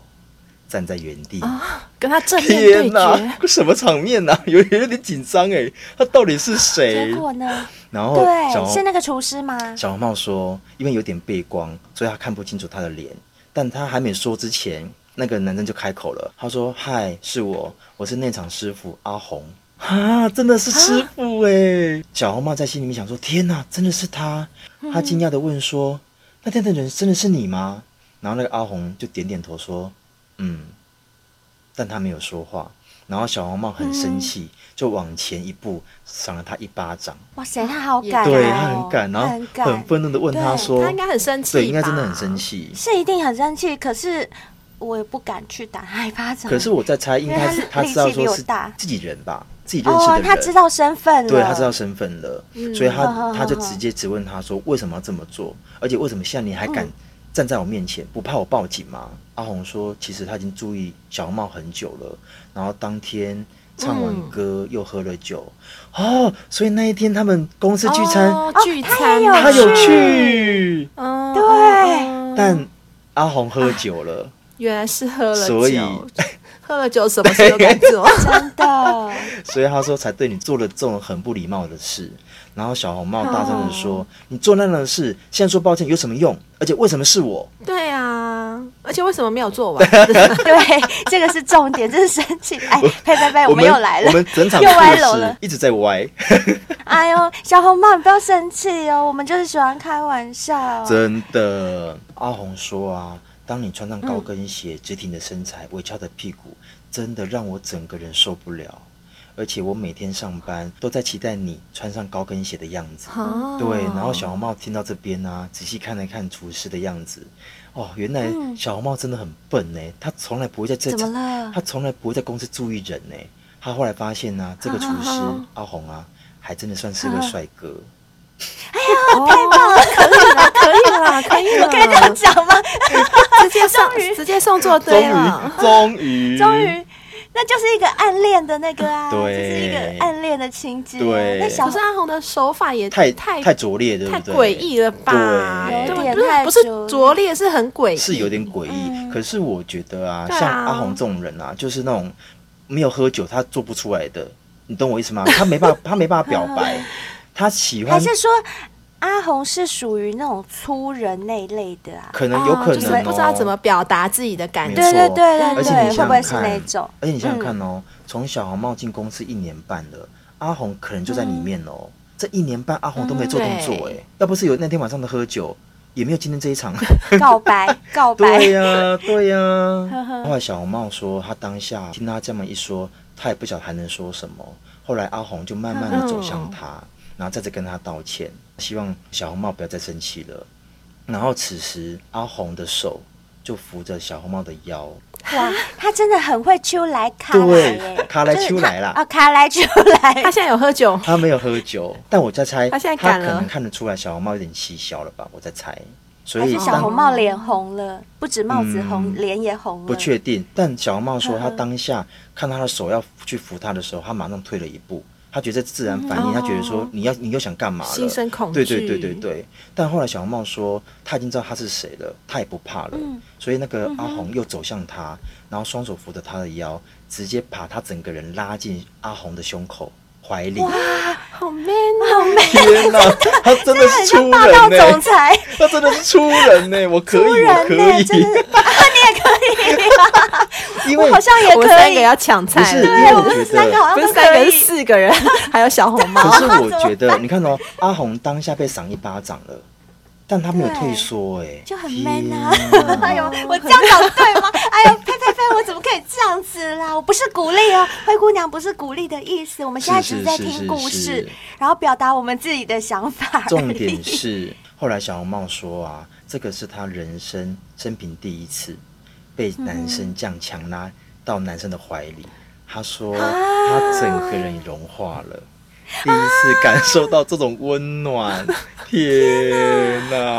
站在原地。
啊
跟他正面对
[LAUGHS] 天
决，
什么场面呐、 [LAUGHS] 有有点紧张哎，他到底是谁
结？果呢？
然后小
对，
红
是那个厨师吗？
小红帽说，因为有点背光，所以他看不清楚他的脸。但他还没说之前，那个男生就开口了，他说：“嗨，是我，我是内场师傅阿红。”啊，真的是师傅哎、小红帽在心里面想说：“天哪，真的是他！”他惊讶的问说：“那天的人真的是你吗？”然后那个阿红就点点头说：“嗯。”但他没有说话。然后小红帽很生气，就往前一步赏了他一巴掌。
哇塞，他好敢、哦，
对他很敢，然
他
后
很敢
很，愤怒的问他
对
说：“
他应该很生气，
对，应该真的很生。气。
是一定很生气，可是我也不敢去打他一巴掌。
可是我在猜，应
因为
该
他
是
是
他
力
知
气
道
比
说
我
是
大
自己人吧，自己认识的
哦
人，，
他知道身份了，嗯
对他知道身份了，所以
好好
他
好
他就直接质问他说：为什么要这么做？而且为什么现在你还敢
嗯
站在我面前？不怕我报警吗？阿红说：其实他已经注意小红帽很久了，然后当天。唱完歌
嗯
又喝了酒，哦，所以那一天他们公司聚餐，
哦
哦
聚
他也
餐
有
啊
他有
去
去，
嗯，
对
嗯嗯
但阿红喝酒
[LAUGHS]
了，
原来是喝了酒，
所以
[LAUGHS] 喝了酒什么事都敢做。
真的，
[LAUGHS] 所以他说才对你做了这种很不礼貌的事。然后小红帽大声的
哦
说：“你做那样的事，现在说抱歉有什么用？而且为什么是我？
对啊，而且为什么没有做
[LAUGHS]
完？
对，这个是重点，这是生气。哎，呸呸呸，
我
们又来了
我，们整场
[LAUGHS] 又歪楼
故事
了
一直在歪，
哎呦，小红帽，你不要生气哦，我们就是喜欢开玩笑。
真的。”阿红说：“啊，当你穿上高跟鞋，直挺的身
嗯
材，微翘的屁股，真的让我整个人受不了。而且我每天上班都在期待你穿上高跟鞋的样子。”
哦
对，然后小红帽听到这边呢、仔细看了看厨师的样子，哦，原来
嗯
小红帽真的很笨呢，她从来不会在这，
怎么了
她从来不会在公司注意人呢。她后来发现呢、这个厨师阿红啊，还真的算是个帅哥。
可
[LAUGHS]
以啦，可以啦，
哦可以这样讲吗？
嗯
直接送，直接送做
终
对了。
于， [LAUGHS] 终于，
终于，那就是一个暗恋的那个啊，
对
就是一个暗恋的情节。啊
对
那小
可是阿红的手法也
太
太
太拙劣，对不
太
对？
诡异了吧？
对
对
有点
不是
太
不是
拙劣
拙劣，是很诡异，
是有点诡异。可是我觉得啊，
嗯对啊
像阿红这种人啊，就是那种没有喝酒他做不出来的，你懂我意思吗？他没办法，他没办法表
[LAUGHS]
白，他喜
啊
还
欢。
是说阿红是属于那种粗人那一类的啊？
可能有
哦
可
就是
能、哦
不知道怎么表达自己的感
没
觉
对。对
错
对对
而且你想想看，
对会不会是那种
而且你想
嗯
想看哦，从小红帽进公司一年半了，阿红可能就在里面哦。这一年半，阿红都没做动作哎、
嗯对
要不是有那天晚上的喝酒，也没有今天这一场。 [LAUGHS]
告白告白
对？呀、啊对呀、后来小红帽说，她当下听他这么一说，她也不晓得还能说什么。后来阿红就慢慢的走向他，
嗯
然后再次跟他道歉，希望小红帽不要再生气了。然后此时阿红的手就扶着小红帽的腰，
哇，他真的很会出来卡来
对
耶，，
卡来秋来
啊，
啦。
卡来出
他
来，
现在有喝酒，
他没有喝酒，但我在猜，
他现在
他
敢
可
了
能看得出来小红帽有点气消了吧？我在猜，所
还
以
是小
当
红帽脸红了，不止帽子红，
嗯
脸也红了，
不确定，但小红帽说
嗯
他当下看到他的手要去扶他的时候，他马上退了一步。他觉得这自然反应，
嗯
他觉得说
哦
你要你又想干嘛了？
心生恐
对
惧
对对对对。但后来小红帽说他已经知道他是谁了，他也不怕了。
嗯
所以那个阿红又走向他，然后双手扶着他的腰，直接把他整个人拉进阿红的胸口怀里。
好 man 哦，
天哪，他真的
[LAUGHS]
是
很
出
像霸道
人呢、
总裁，
他真的是出人呢、欸我可以，
突
我
然
可
呢、
以，
[LAUGHS] 真的是，
因为
我好像也
我们
可
三个
以，
要抢
不
菜
是，
了，
因为我觉
们
得
三个好
不
像
是
都
三个
可
是
以。
四个人，还有小红
可
帽，
是我觉得，你看哦，阿红当下被赏一巴掌了，但他没有退缩、哎，
就很 man 啊
天！哪
[LAUGHS] 哎呦，我这样讲对吗？ [LAUGHS] 哎呦，呸呸呸！我怎么可以这样子啦？我不是鼓励哦，灰姑娘不是鼓励的意思。我们现在
是
只
是
在
是
听
是
故
是
事，然后表达我们自己的想法。
重点是，后来小红帽说啊，这个是他人生生平第一次
嗯
被男生这样强拉到男生的怀里。他说，
啊
他整个人融化了，第一次感受到这种温
啊
暖。
[LAUGHS]
天哪！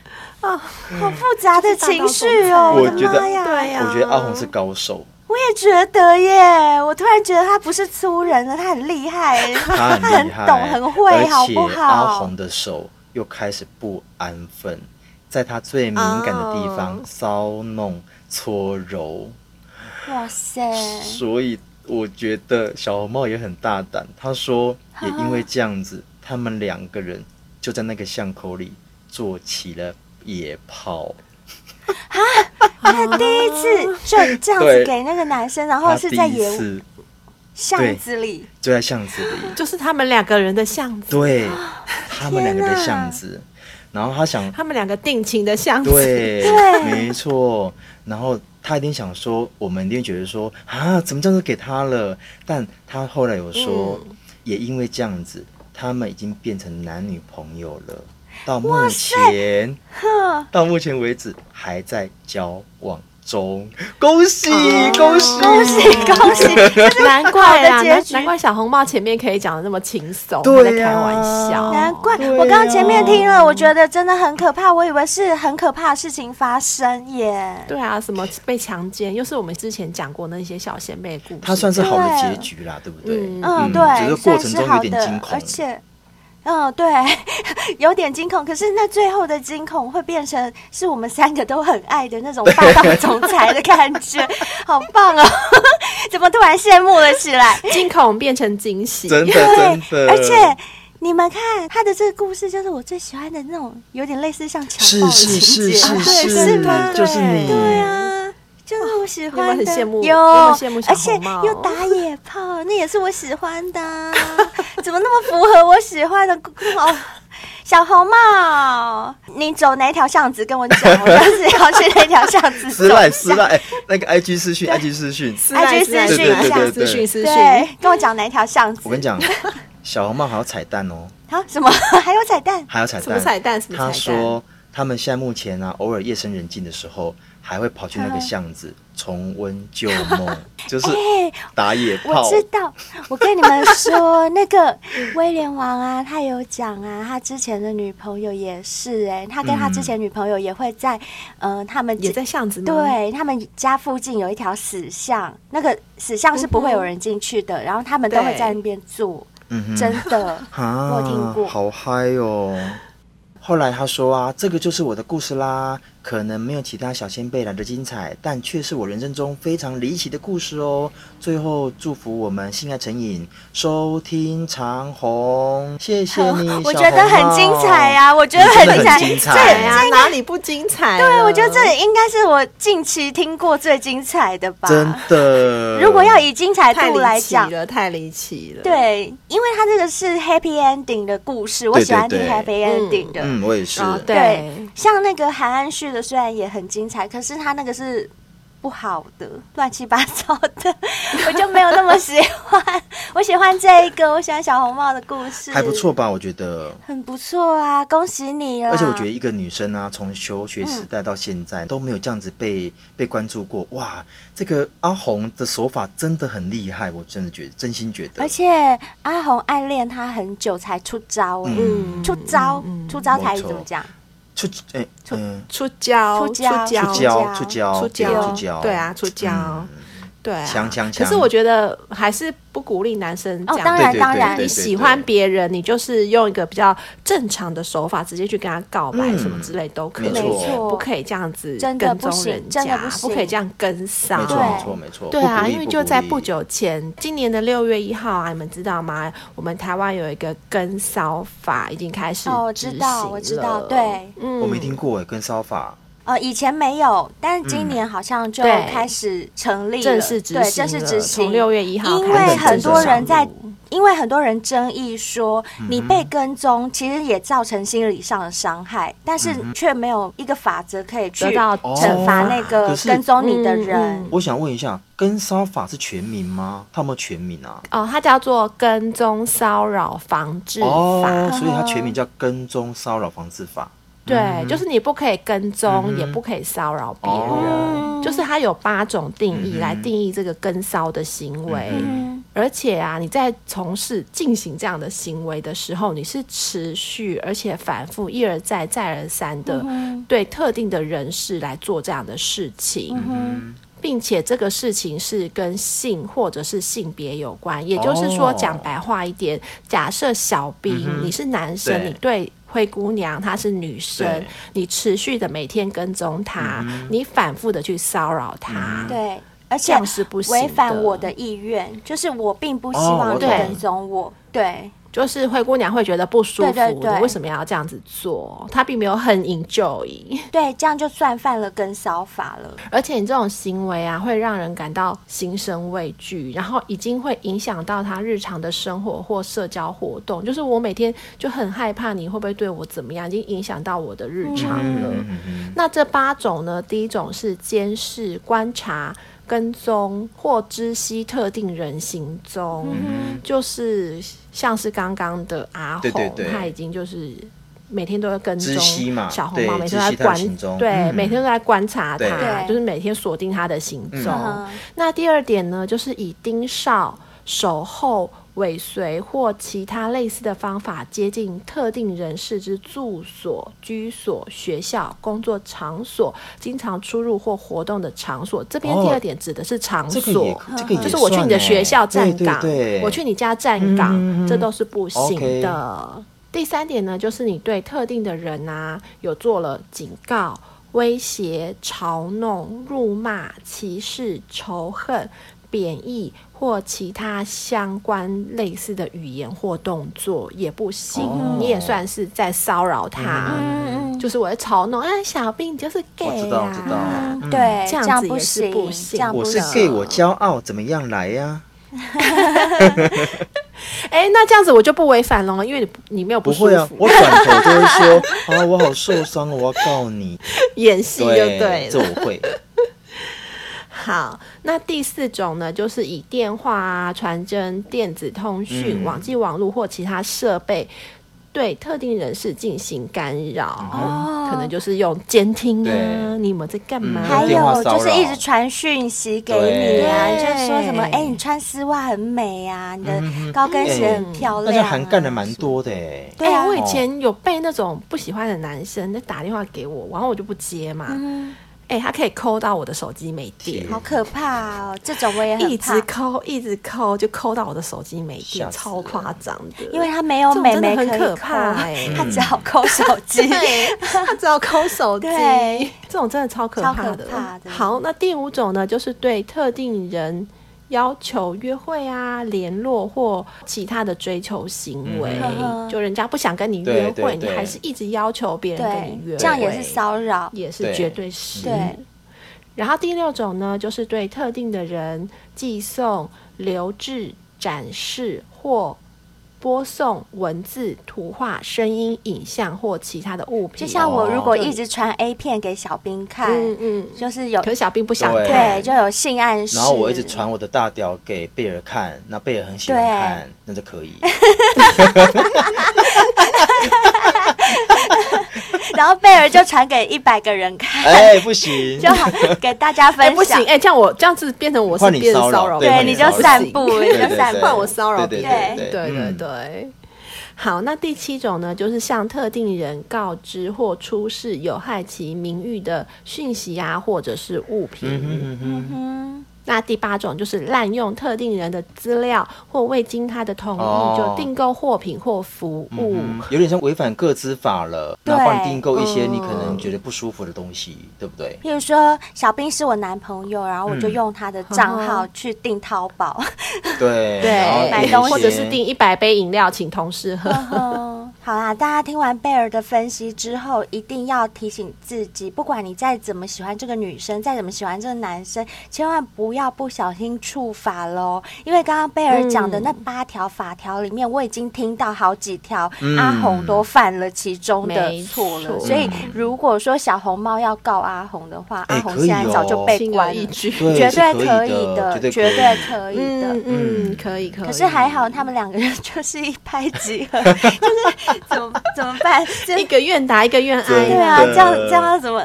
[LAUGHS] 好复杂的情绪哦！
我
的
觉得
妈呀！
对呀、
我觉得阿红是高手，
我也觉得耶，我突然觉得他不是粗人了，他很厉害，
他很厉害，
他懂，很会，好
而且
不
阿
好
红？的手又开始不安分，在他最敏感的地方
哦
搔弄、搓揉。
哇塞！
所以我觉得小红帽也很大胆，他说也因为这样子，他们两个人就在那个巷口里做起了野炮。
他啊第一次就这样子
对
给那个男生，然后
他
哦是
第
在
一
野
次
巷子里，
就在巷子里，
就是他们两个人的巷子，
[GASPS]
对他们两个的巷子，然后他想，
他们两个定情的
[LAUGHS]
巷子， [LAUGHS]
对，
对
没错，然后。他一定想说，我们一定觉得说啊，怎么这样子给他了？但他后来有说，
嗯
也因为这样子，他们已经变成男女朋友了。到目前，
哼，
到目前为止还在交往中，恭喜、恭喜
哦恭喜恭 [LAUGHS] 喜！
难怪
好
啦，
的
难
结局
难怪小红帽前面可以讲的那么轻松，
对
他在
呀
开玩笑，
难怪
对啊
我刚刚前面听了，我觉得真的很可怕，我以为是很可怕的事情发生耶。
对啊，什么被强奸，又是我们之前讲过那些小先辈的故事，
他算是好的结局啦，对不对？
嗯
嗯，
只
对，
是过
算
程
是
中有
好
点
的，
惊恐，
而且。嗯，对， [LAUGHS] 有点惊恐。可是那最后的惊恐会变成是我们三个都很爱的那种霸道总裁的感觉， [LAUGHS] 好棒哦！怎么突然羡慕了起来？
惊恐变成惊喜，
真
[LAUGHS]
的真
对，
的，
而且你们看他的这个故事，就是我最喜欢的那种，有点类似像强
是
暴的
是
情
是
节，
是是，
[LAUGHS] 对是吗？
就是你，
对啊，就是我喜欢
哦你
的，
们很羡慕
有，
你们很羡慕小
而且
红帽
又打野炮，那也是我喜欢的 [LAUGHS] 啊，怎么那么符合我喜欢的？哦，小红帽，你走哪条巷子跟我讲，我就是要去那条巷
[LAUGHS]
子走
私赖
一
私
下。
赖，哎那个 IG 私讯，IG 私讯，
私赖
IG
私赖
私讯一下
私赖私讯私讯，
对，跟我讲哪条巷子。
我跟
[LAUGHS]
你，讲，小红帽还有彩蛋哦，
啊，什么 [LAUGHS] 还有彩蛋？
还有彩
什么
蛋，
彩蛋？什么彩
他
蛋？
说他们现在目前啊，偶尔夜深人静的时候，还会跑去那个巷子重温旧
[LAUGHS]
梦，就是
哎、
打野炮。
我知道，我跟你们说，那个威廉王啊，他有讲啊，他之前的女朋友也是哎、他跟他
嗯
之前女朋友也会在，呃，他们
也在巷子吗？，
对他们家附近有一条死巷，那个死巷是不会有人进去的，然后他们都会
对
在那边住，
嗯哼
真的。
[LAUGHS] 啊，
我有听过
好嗨哦！后来他说啊，这个就是我的故事啦，可能没有其他小先辈来的精彩，但却是我人生中非常离奇的故事哦。最后祝福我们性爱成瘾，收听长虹，谢谢
[LAUGHS]
你，
哦我
小
觉得
红啊帽
很精彩啊呀、我觉得
你真的很
彩，
精彩嗯
这
哎呀，哪里不精彩了？
对我觉得这应该是我近期听过最精彩的吧。
真的。
如果要以精彩
太
度
离
来
奇
讲，
了，太离奇了。，
对，因为它这个是 happy ending 的故事，我喜欢听
对对
happy
嗯
ending 的。
嗯，我也是。
哦，
对，像那个韩安旭的虽然也很精彩，可是他那个是不好的、乱七八糟的， [LAUGHS] 我就没有那么喜欢。我喜欢这一个，我喜欢小红帽的故事，
还不错，吧？我觉得。
很不错啊！恭喜你了。
而且我觉得一个女生啊，从求学
嗯
时代到现在、都没有这样子被被关注过。哇，这个阿红的手法真的很厉害，我真的觉得，真心觉得。
而且阿红暗恋他很久才出招、欸，
嗯
出招，出招台语
没错
怎么讲？
出哎嗯，
出胶，
出胶
胶，
出
出
胶
胶
出胶
出
对
胶
出胶，
对啊，出胶，
嗯
对啊。
强强
可
强。
是我觉得还是不鼓励男生这
哦，
样。
当
对
然
对
当然
对
你，喜欢别人，你就是用一个比较正常的手法直接去跟他告白，
嗯
什么之类都可
没
以，
错
不可以这样子
真的
跟
不
踪
行
人
真的
家，
不
不
行
可以这样跟梢。
没错
对
没错没错，
对
不
啊，
鼓励
因为
不
就
鼓
在
励
不久前，今年的六月一号啊，你们知道吗？我们台湾有一个跟骚法已经开始
哦我
执行
知道我知道
了
对
嗯，
我没听过哎，跟骚法
呃，以前没有，但是今年好像就
对
开始成立了，
嗯正式执行了，
对，正式执行
从六月一号
因
开始
为
正式
很多人在
上路，
因为很多人争议说，
嗯
你被跟踪其实也造成心理上的伤害，但是却没有一个法则可以去
嗯得到哦
惩罚那
可
个
是
跟踪你的人
嗯。
我想问一下，跟骚法是全名吗？它有没有全名啊？
哦，它叫做跟踪骚扰防治法。
哦，
嗯
所以它全名叫《跟踪骚扰防治法嗯
对，就是你不可以跟踪，
嗯哼
也不可以骚扰别人，
哦
就是它有八种定义
嗯哼
来定义这个跟骚的行为。
嗯
而且啊，你在从事进行这样的行为的时候，你是持续而且反复一而再再而三的
嗯
对特定的人士来做这样的事情，
哼
并且这个事情是跟性或者是性别有关。也就是说，
哦
讲白话一点，假设小兵、
嗯哼
你是男生，
对
你对灰姑娘她是女生
对，嗯
你持续的每天跟踪她，你反复的去骚扰她，
嗯对，
这
而且
样是不行
违反我的意愿，就是我并不希
哦
望
我
你
懂
跟踪我。对，
就是灰姑娘会觉得不舒服，
对对对
你为什么要这样子做？她并没有很 enjoy，
对，这样就算犯了跟骚法了。
而且你这种行为啊，会让人感到心生畏惧，然后已经会影响到她日常的生活或社交活动。就是我每天就很害怕你会不会对我怎么样，已经影响到我的日常》。了。
嗯嗯嗯
那这八种呢？第一种是监视、观察、跟踪或知悉特定人行踪，
嗯
就是像是刚刚的阿红，
嗯对对对
他已经就是。每天都在跟踪
知悉嘛
小红帽，
对
每天都在
知悉他的
观
行踪
对，
嗯
每天都在观察
对
他，
对
就是每天锁定他的行踪。
嗯
那第二点呢，就是以盯梢、守候、尾随或其他类似的方法接近特定人士之住所、居所、学校、工作场所、经常出入或活动的场所。这边
哦
第二点指的是场
这
所。
个也这个也
就是我去你的
算欸
学校站岗，
对对对
我去你家站岗，
嗯
这都是不行
OK
的。第三点呢，就是你对特定的人啊，有做了警告、威胁、嘲弄、辱骂、歧视、仇恨、贬义或其他相关类似的语言或动作也不行，
哦
你也算是在骚扰他。
嗯嗯，
就是我在嘲弄，啊，小兵你就是 gay
我知道知道
啊
嗯对，
这
这
样
样
子
不
也是不
行，
行
这样
我
啊不
是
行。
gay，我骄傲，怎么样来呀？
哎、那这样子我就不违反了，因为你不你没有
不
舒服，
会啊，我转头就会说 [LAUGHS] 啊，我好受伤哦，我要告你。
演戏就对
这
了。
我会。
好，那第四种呢，就是以电话啊、传真、电子通讯、
嗯
网际网络或其他设备对特定人士进行干扰，
哦
可能就是用监听啊，
对
你们在干嘛？哎
嗯
还
电话
有
骚
就是
扰
一直传讯息给你啊，
对
就是说什么哎，你穿丝袜很美啊，
嗯
你的高跟鞋很漂
那
亮
这
啊，
涵盖的蛮多的哎。
对啊
哎我以前有被那种不喜欢的男生就打电话给我，然后我就不接嘛。
嗯，
哎、他可以抠到我的手机没电
天，
好可怕哦，这种我也
一
很怕
直，抠，一直抠，就抠到我的手机没
吓
电，
死
超
人
夸张的。
因为他没有美
这种
眉
真
以
的很可
抠
怕哎
他只好抠手
[LAUGHS]
机。
对，他只要抠手机
对，
这种真的超可怕
超
的。
可怕的
好，那第五种呢，就是对特定人要求约会啊、联络或其他的追求行为，
嗯哼
就人家不想跟你约
对
会，
对对
你还是一直要求别人跟
对
你约会，
这样也是骚扰。
也是
对
绝对是。
对
然后第六种呢，就是对特定的人寄送、留置、展示或播送文字、图画、声音、影像或其他的物品。哦
就像我如果
就
一直传 A 片给小兵看，
嗯嗯，
就是有
可是小兵不想
对
看
对，就有性暗示。
然后我一直传我的大屌给贝尔看，那贝尔很喜欢
对
看，那就可以。
[LAUGHS] 然后贝尔就传给一百个人看，
哎，不行，
就好给大家分
哎、
享。
不行，哎、这样我这样子变成我是
换你
别人
骚扰
骚扰别
对
对，
人，
换
你
你骚
就
扰
散
[LAUGHS]
步，
对
你
对
就散
对
换
步
我。骚扰
对
别
对
人，
对
对对
嗯
对。好，那第七种呢，就是向特定人告知或出示有害其名誉的讯息啊，或者是物品。
嗯哼嗯哼，
嗯，
那第八种就是滥用特定人的资料或未经他的同意、
哦
就订购货品或服务。
嗯有点像违反个资法了，
对
然后帮你订购一些你可能
嗯
觉得不舒服的东西，对不对？
譬如说小兵是我男朋友，然后我就
嗯
用他的账
嗯
号去订淘宝。
对，然后
对，
买
订一
东西
或者是
些
订一百杯饮料请同事喝。
嗯，好啦，大家听完贝尔的分析之后，一定要提醒自己，不管你再怎么喜欢这个女生，再怎么喜欢这个男生，千万不要不小心触法喽。因为刚刚贝尔讲的
嗯
那八条法条里面，我已经听到好几条、
嗯
阿红都犯了其中的错了。
没错
所以如果说小红帽要告阿红的话，
哎
阿红
可以
现在早就
哦
[LAUGHS] 被
轻而
关
易
了，
举。
对
绝
是
对
可
以的，
绝
绝
对
对
可以。
可以的。
嗯嗯，可以可以。
可是还好，他们两个人就是一拍即
[LAUGHS]
合，就是怎么怎么办？ [LAUGHS] 就
一个愿打一个愿挨
真
对
呀、
啊，
的
这样这样要怎么？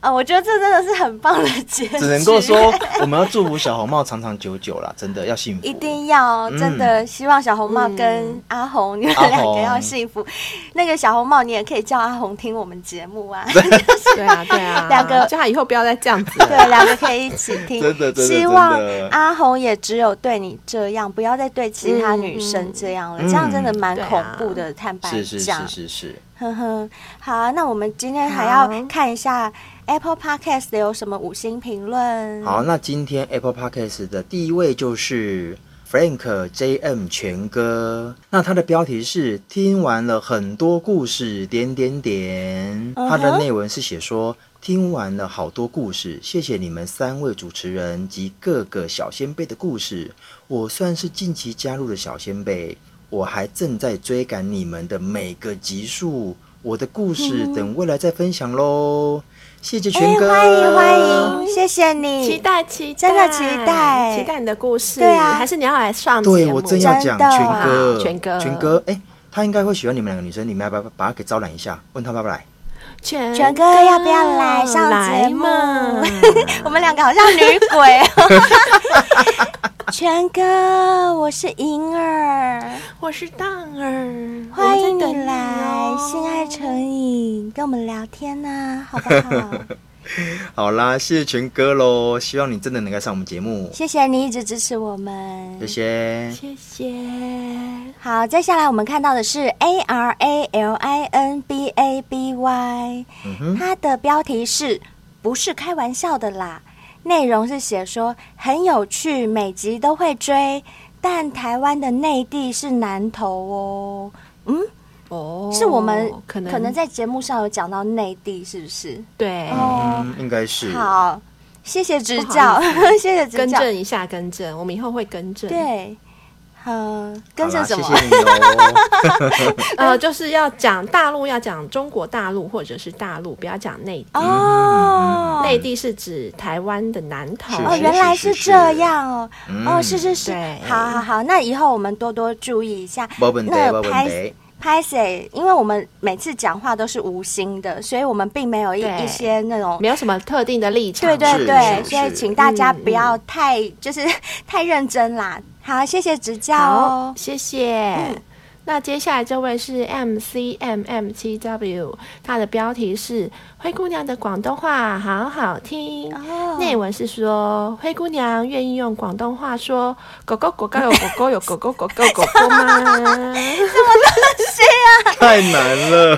啊，我觉得这真的是很棒的结局，
只能够说，我们要祝福小红帽长长久久啦，真的要幸福。
[LAUGHS] 一定要
嗯
真的希望小红帽跟
嗯
阿红、你们
阿
两个
红
要幸
嗯
福。那个小红帽，你也可以叫阿红听我们节
[LAUGHS]
目啊，
对啊，对啊，
两个
叫他以后不要再这样子了。
对，两个可以一起听。
真的真的
希望
真的
阿红也只有对你这样，不要再对其他女生这样了，
嗯
这样真的蛮
对啊
恐怖的。坦白
是是
讲
是，是是，
哼哼，好啊、那我们今天还要
好
看一下 Apple Podcast 的有什么五星评论。
好，那今天 Apple Podcast 的第一位就是 Frank J M 全哥，那他的标题是“听完了很多故事点点点”，
嗯哼
他的内文是写说。听完了好多故事，谢谢你们三位主持人及各个小先辈的故事。我算是近期加入的小先辈，我还正在追赶你们的每个集数。我的故
嗯
事等未来再分享喽。谢谢全哥，
哎欢迎欢迎，谢谢你，
期待期待，
嗯真的期待
期待你的故事。
对啊
还是你要来上节目？
对，我正要讲
真的啊
全哥，
全哥
全哥，哎、他应该会喜欢你们两个女生，你们要不要把他给招揽一下？问他要不要来？
全
全哥要不要来上节
来
目
嘛？
[LAUGHS] 我们两个好像女鬼 [LAUGHS] 哦。全哥，我是银儿，
[LAUGHS] 我是当儿，
欢
我
迎
在
你
等
来
哦
性爱成瘾，跟我们聊天呐、好不好？
好啦，谢谢全哥喽，希望你真的能够上我们节目，
谢谢你一直支持我们
谢，谢。
谢谢。
好，接下来我们看到的是 A R A L I N B A B Y，、它
嗯
的标题是“不是开玩笑的啦”，内容是写说很有趣，每集都会追，但台湾的内地是南投哦。
哦，
是我们
可能
可能在节目上有讲到内地，是不是？
对
哦，
嗯，应该是。
好，谢谢指
不好
教， [LAUGHS] 谢谢指
更
教。
正一下，更正，我们以后会更正。，
对，嗯，
好
跟
啦
着什么？
谢谢你
[LAUGHS]
哦。
呃，就是要讲大陆，要讲中国大陆或者是大陆，不要讲内
嗯
地。
哦，
内地是指台湾的南投。
是
哦，
是
原来是这样哦，
嗯
哦，是是是
对，
好好好，那以后我们多多注意一下。
没问题，
那
没问
拍
题。
拍谁？因为我们每次讲话都是无心的，所以我们并没有一
对
一些那种。
没有什么特定的立场。
对对
是
对，
是
所以
是
请大家
嗯
不要太、就是 [LAUGHS] 太认真啦。好，谢谢指教
好
哦，。嗯
谢谢。那接下来这位是 M C M M 七 W，他的标题是“灰姑娘的广东话好好听”，
哦
内文是说灰姑娘愿意用广东话说“狗狗狗狗有狗狗有狗狗狗狗狗
[LAUGHS]
狗吗
[LAUGHS] 太难了，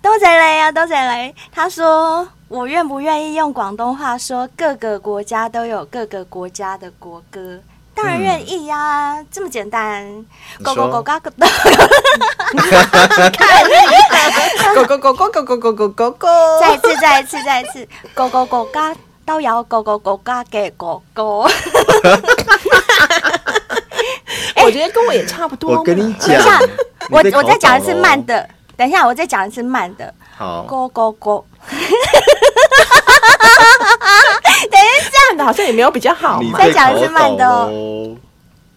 多贼雷啊，多贼雷！他说：“我愿不愿意用广东话说各个国家都有各个国家的国歌？”当然愿意呀、这么简单。
你
狗
说
狗狗嘎狗，
狗狗狗狗狗狗狗狗狗狗”
再一次，再一次，再一次，狗狗狗嘎都有狗狗狗嘎给狗狗。
我我觉得跟我也差不多嘛。
我跟你
等一
讲
下，我
你被
我再
考
讲一
倒
次
咯
慢。的，等一下我再讲一次慢的，
好，
go go go，
慢的好像也没有比较好
你
嘛。
再
被
讲一
考
次慢的
倒
哦
咯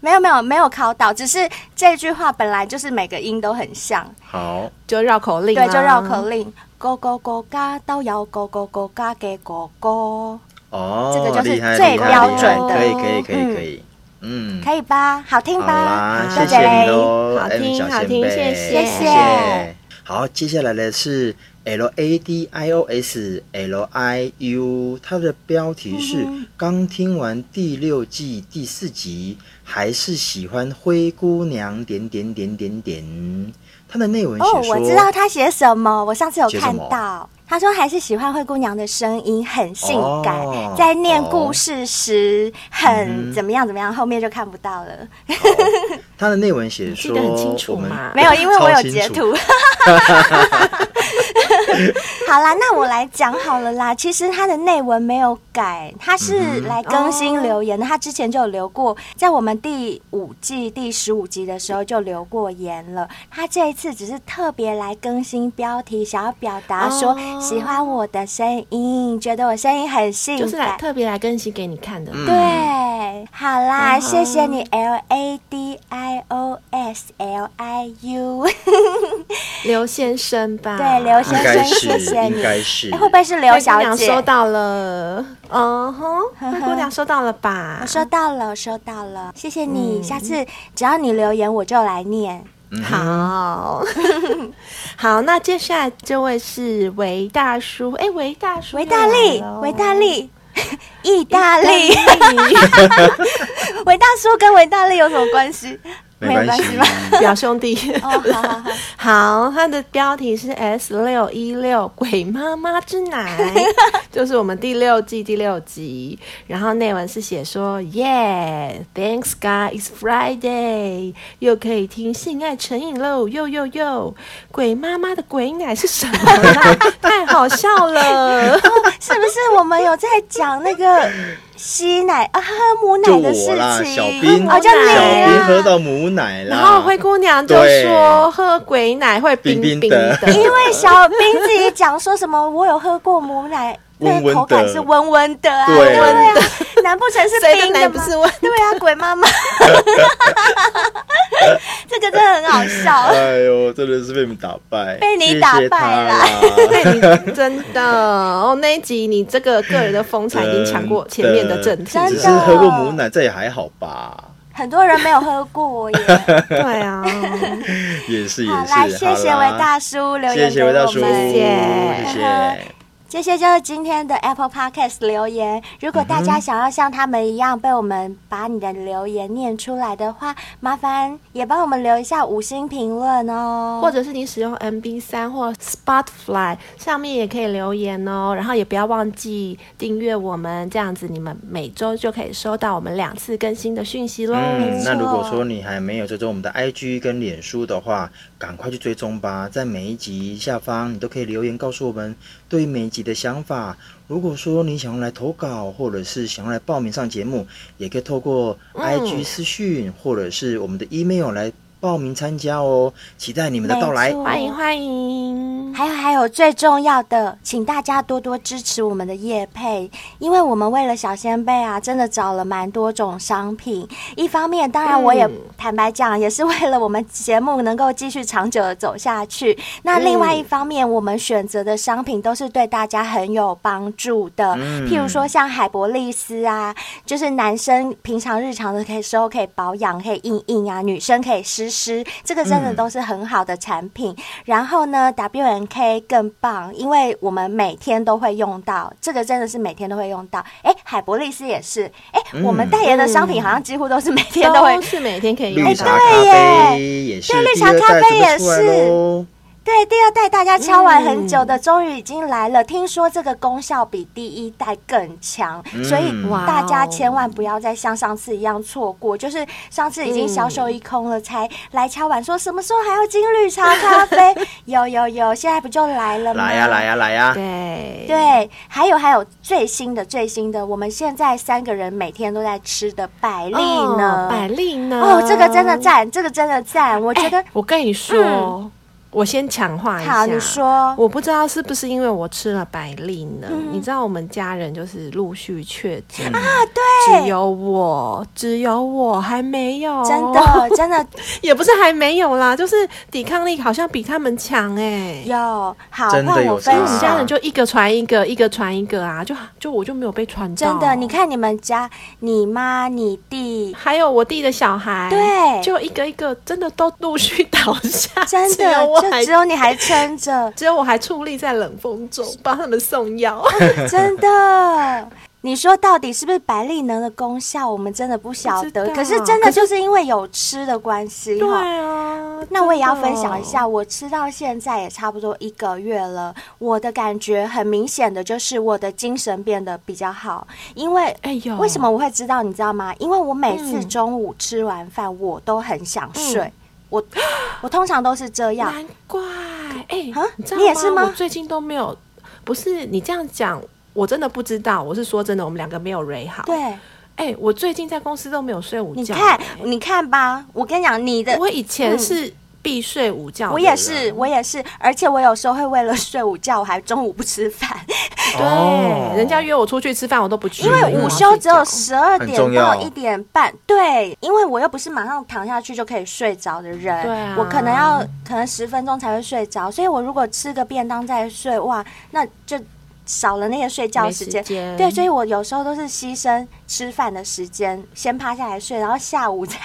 没有没有没有考倒，只是这句话本来就是每个音都很像，
好，
就绕口令、啊，
对，就绕口。令，go go go 嘎到摇 go go go 嘎给 go go，
哦，
这个就是
厉害
最
厉害
标
厉害
准的
可以可以可
嗯
以可以，嗯，
可以吧？好听
好
吧
啦，？
多
谢
谢
谢
嘞
你，喽
好
，M
听
小
好
先
听
辈，
谢
谢谢
好，接下来呢是 L A D I O S L I U，它的标题
嗯
是刚听完第六季第四集，还是喜欢灰姑娘点点点点点。它的内文写
哦，
说，
我知道他写什么，我上次有
写什
看
么
到。他说还是喜欢灰姑娘的声音，很性感，
哦
在念
哦
故事时
嗯
很
哼
怎么样怎么样，后面就看不到了。
它的内文写
记
说，
得很清楚
我们
嘛
[LAUGHS] 没有，因为我有
超清
截
楚
图。 [LAUGHS] 好啦，那我来讲好了啦。其实它的内文没有改，它是
嗯
来更新留言
哦
的。它之前就有留过，在我们第五季第十五集的时候就留过言了。它这一次只是特别来更新标题，想要表达说
哦
喜欢我的声音，觉得我声音很性
就是来
感。
特别来更新给你看的，
嗯
对，好啦，
嗯哼
谢谢你 L A D I O S L I U。
刘先生吧？
对刘先
应该
先生谢
是
谢你
应该是
哎，会不会是刘
灰姑
小
娘
姐？
收到了，嗯哼，灰姑娘收到了吧？
我收到了，我收到了，谢谢你。下次只要你留言，我就来念。 [LAUGHS]
好好，那接下来这位是维大叔，哎、维大叔
维
又
大
来了哦，
利，维大利，啊 [LAUGHS] 意大利， [LAUGHS] 维大叔跟维大利有什么关系？
没
有
关
关
系
吗？
[LAUGHS] 表兄弟。
哦，好好
[LAUGHS]
好，
好，它的标题是 S 六一六鬼妈妈之 [LAUGHS] 奶，就是我们第六季第六集。然后内文是写说，Yeah，thanks God it's Friday，又可以听性爱成瘾喽，又又又，鬼妈妈的鬼奶是什么 [LAUGHS] 啦？太好笑 [LAUGHS] 了。
哦是不是我们有在讲那个吸奶啊喝母奶
就
的事
我啦，
情？
小兵，
哦，就
小
你
小
啊
兵喝
啦。
到母奶啦。
然后灰姑娘就说喝鬼奶会冰
冰
冰
冰
的 [LAUGHS]
的，
[LAUGHS] 因为小兵自己讲说什么，我有喝过母奶，那
温
个
温
口感
的
是温温的啊，
对 [LAUGHS]
对啊，难不成是
谁的
冰
奶
的
不
吗？
是温？
对啊，鬼妈 [LAUGHS] 妈，这个真的很好
[LAUGHS]
笑。
哎呦，真的是被你们打败，
被你打败啦
谢 [LAUGHS] 谢他啦。
对你真的哦，那一集你这个个人的风采已经抢过前面的正题
真，的
只是喝过母奶，这也还好吧？
很多人没有喝过耶。
对啊，
也是也
好
是，
啦，谢谢
好啦
维大叔留
谢
言给
谢维大
我
叔，
们。
谢
谢谢。
这些就是今天的 Apple Podcast 留言。如果大家想要像他们一样被我们把你的留言念出来的话，麻烦也帮我们留一下五星评论哦。
或者是你使用 MB 三或 Spotify 上面也可以留言哦，然后也不要忘记订阅我们，这样子你们每周就可以收到我们两次更新的讯息喽。
嗯，那如果
错
说你还没有追踪我们的 IG 跟脸书的话，赶快去追踪吧。在每一集下方，你都可以留言告诉我们对于每一集的想法。如果说你想要来投稿，或者是想要来报名上节目，也可以透过
嗯
IG 私讯、或者是我们的 email 来报名参加哦。期待你们的到来
没。错
欢迎欢迎，
还有还有最重要的，请大家多多支持我们的叶配，因为我们为了小仙贝啊，真的找了蛮多种商品。一方面，当然我也、
嗯
坦白讲，也是为了我们节目能够继续长久的走下去。那另
嗯
外一方面，我们选择的商品都是对大家很有帮助的，
嗯
譬如说像海博丽斯啊，就是男生平常日常的可以时候可以保养，可以硬硬啊，女生可以湿湿，这个真的
嗯
都是很好的产品。然后呢，W N K 更棒，因为我们每天都会用到，这个真的是每天都会用到。哎，海博丽斯也是，哎，我们代言的商品好像几乎都是每天都会。
是每天可以用
绿
到
茶
哎
咖
对耶
啡也是，
对绿
第
茶
二
咖
代准
啡
备出来
也是嗯
喽。
对，第二代大家敲完很久
嗯
的，终于已经来了。听说这个功效比第一代更强，所以
嗯
哇哦
大家千万不要再像上次一样错
哦
过。就是上次已经销售一空了，才来敲碗说什么时候还要金绿茶咖啡？
嗯
有有有，现在不就来了吗？
来
啊
呀、来呀、来呀、
对
对，还有还有最新的最新的，我们现在三个人每天都在吃的百利
哦，
呢
百丽呢？
哦，这个真的赞，这个真的赞，我觉
哎。
得、
我跟你说，
嗯
我先强化一下。
好，你说，
我不知道是不是因为我吃了百利呢？
嗯
你知道我们家人就是陆续确诊啊，对，只有我，只有我还没有，
真的真的
[LAUGHS] 也不是还没有啦，就是抵抗力好像比他们强哎、
有好
真的
换
有
我分
差
我们
享。
家人就一个传一个，一个传一个啊，就就我就没有被传到。
真的，你，看你们家，你妈、你弟，
还有我弟的小孩，
对
哎就一个一个，真的都陆续倒下，
[LAUGHS] 真
只
的
有我
就
还，
只有你还撑着
[LAUGHS] 只有我还矗立在冷风中帮他们送
哦
药。
真的。你说到底是不是百利能的功效？我们真的不晓
不知
得。
道
可是真的就是因为有吃的关
[LAUGHS]
系
对
哈。
啊，
那我也要
真的
分享一下，我吃到现在也差不多一个月了，我的感觉很明显的就是我的精神变得比较好，因为
哎呦，
为什么我会知道？你知道吗？因为我每次
嗯
中午吃完饭，我都很想睡。我我通常都是这样，
难怪，哎、
啊
你知道
你也是吗
我最近都没有，不是你这样讲，我真的不知道。我是说真的，我们两个没有 r 好。，
对，
哎、我最近在公司都没有睡午觉。
你看
哎，
你看吧，我跟你讲，你的
我以前是必睡午觉、
我也是，，我也是，而且我有时候会为了睡午觉，我还中午不吃饭，
对、
哦
人家约我出去吃饭，我都不去，
因为午休只有
睡
十二
很
点
重
到
要
一点半。对，因为我又不是马上躺下去就可以睡着的人，
对啊
我可能要可能十分钟才会睡着，所以我如果吃个便当再睡，哇，那就少了那个睡觉
没
时
时
间。
间
对，所以我有时候都是牺牲吃饭的时间，先趴下来睡，然后下午再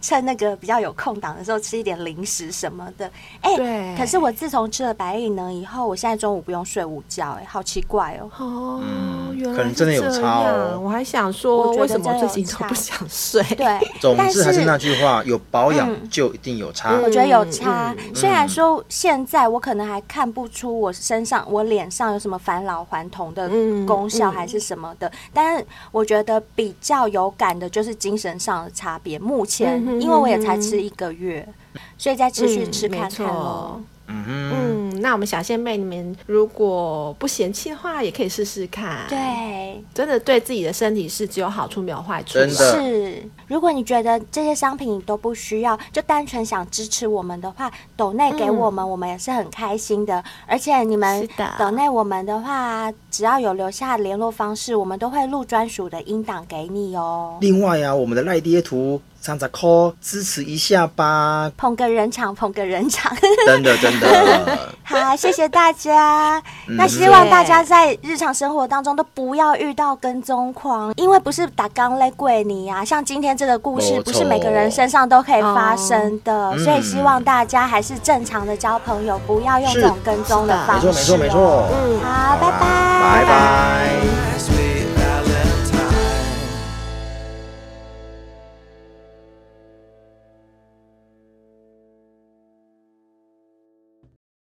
趁那个比较有空档的时候吃一点零食什么的。哎、
对
可是我自从吃了百利能以后，我现在中午不用睡午觉、哎，好奇
[LAUGHS]
怪哦。
哦，
嗯
原来
可能真的有
是这
差哦
样我还想
我
说，
觉得
为什么
真的
最
有
近都
差
不想睡？
对，
总
但
之还是那句话，有保
嗯
养就一定有差。
我觉得有差。
嗯
虽然说现在我可能还看不出我身上、我脸上有什么返老还童的
嗯
功效
嗯
还是什么的，但是我觉得比较有感的就是精神上的差别。目前
嗯，哼
因为我也
嗯
才
哼
吃一个月，所以再持续
嗯
吃看
没错
看喽。
嗯哼，
嗯，那我们小仙妹，你们如果不嫌弃的话，也可以试试看。，
对。
真的对自己的身体是只有好处没有坏处啦。
真的
是，如果你觉得这些商品你都不需要，就单纯想支持我们的话，抖内给我们，我们也是很开心的。而且你们
是的
抖内我们的话，只要有留下联络方式，我们都会录专属的音档给你哦。！
另外啊，我们的赖爹图三十块，支持一下吧
捧个人场，捧个人场。
真的真的，
[LAUGHS] 好，谢谢大家。那
嗯
希望大家在日常生活当中都不要遇到跟踪狂，因为不是打钢类跪你呀、像今天这个故事，
没错
不是每个人身上都可以发生的，
嗯
所以希望大家还是正常的交朋友，不要用这种跟踪的
是
方
没
式、
错
哦
没错没。错。
嗯
啊好，拜拜，
拜拜。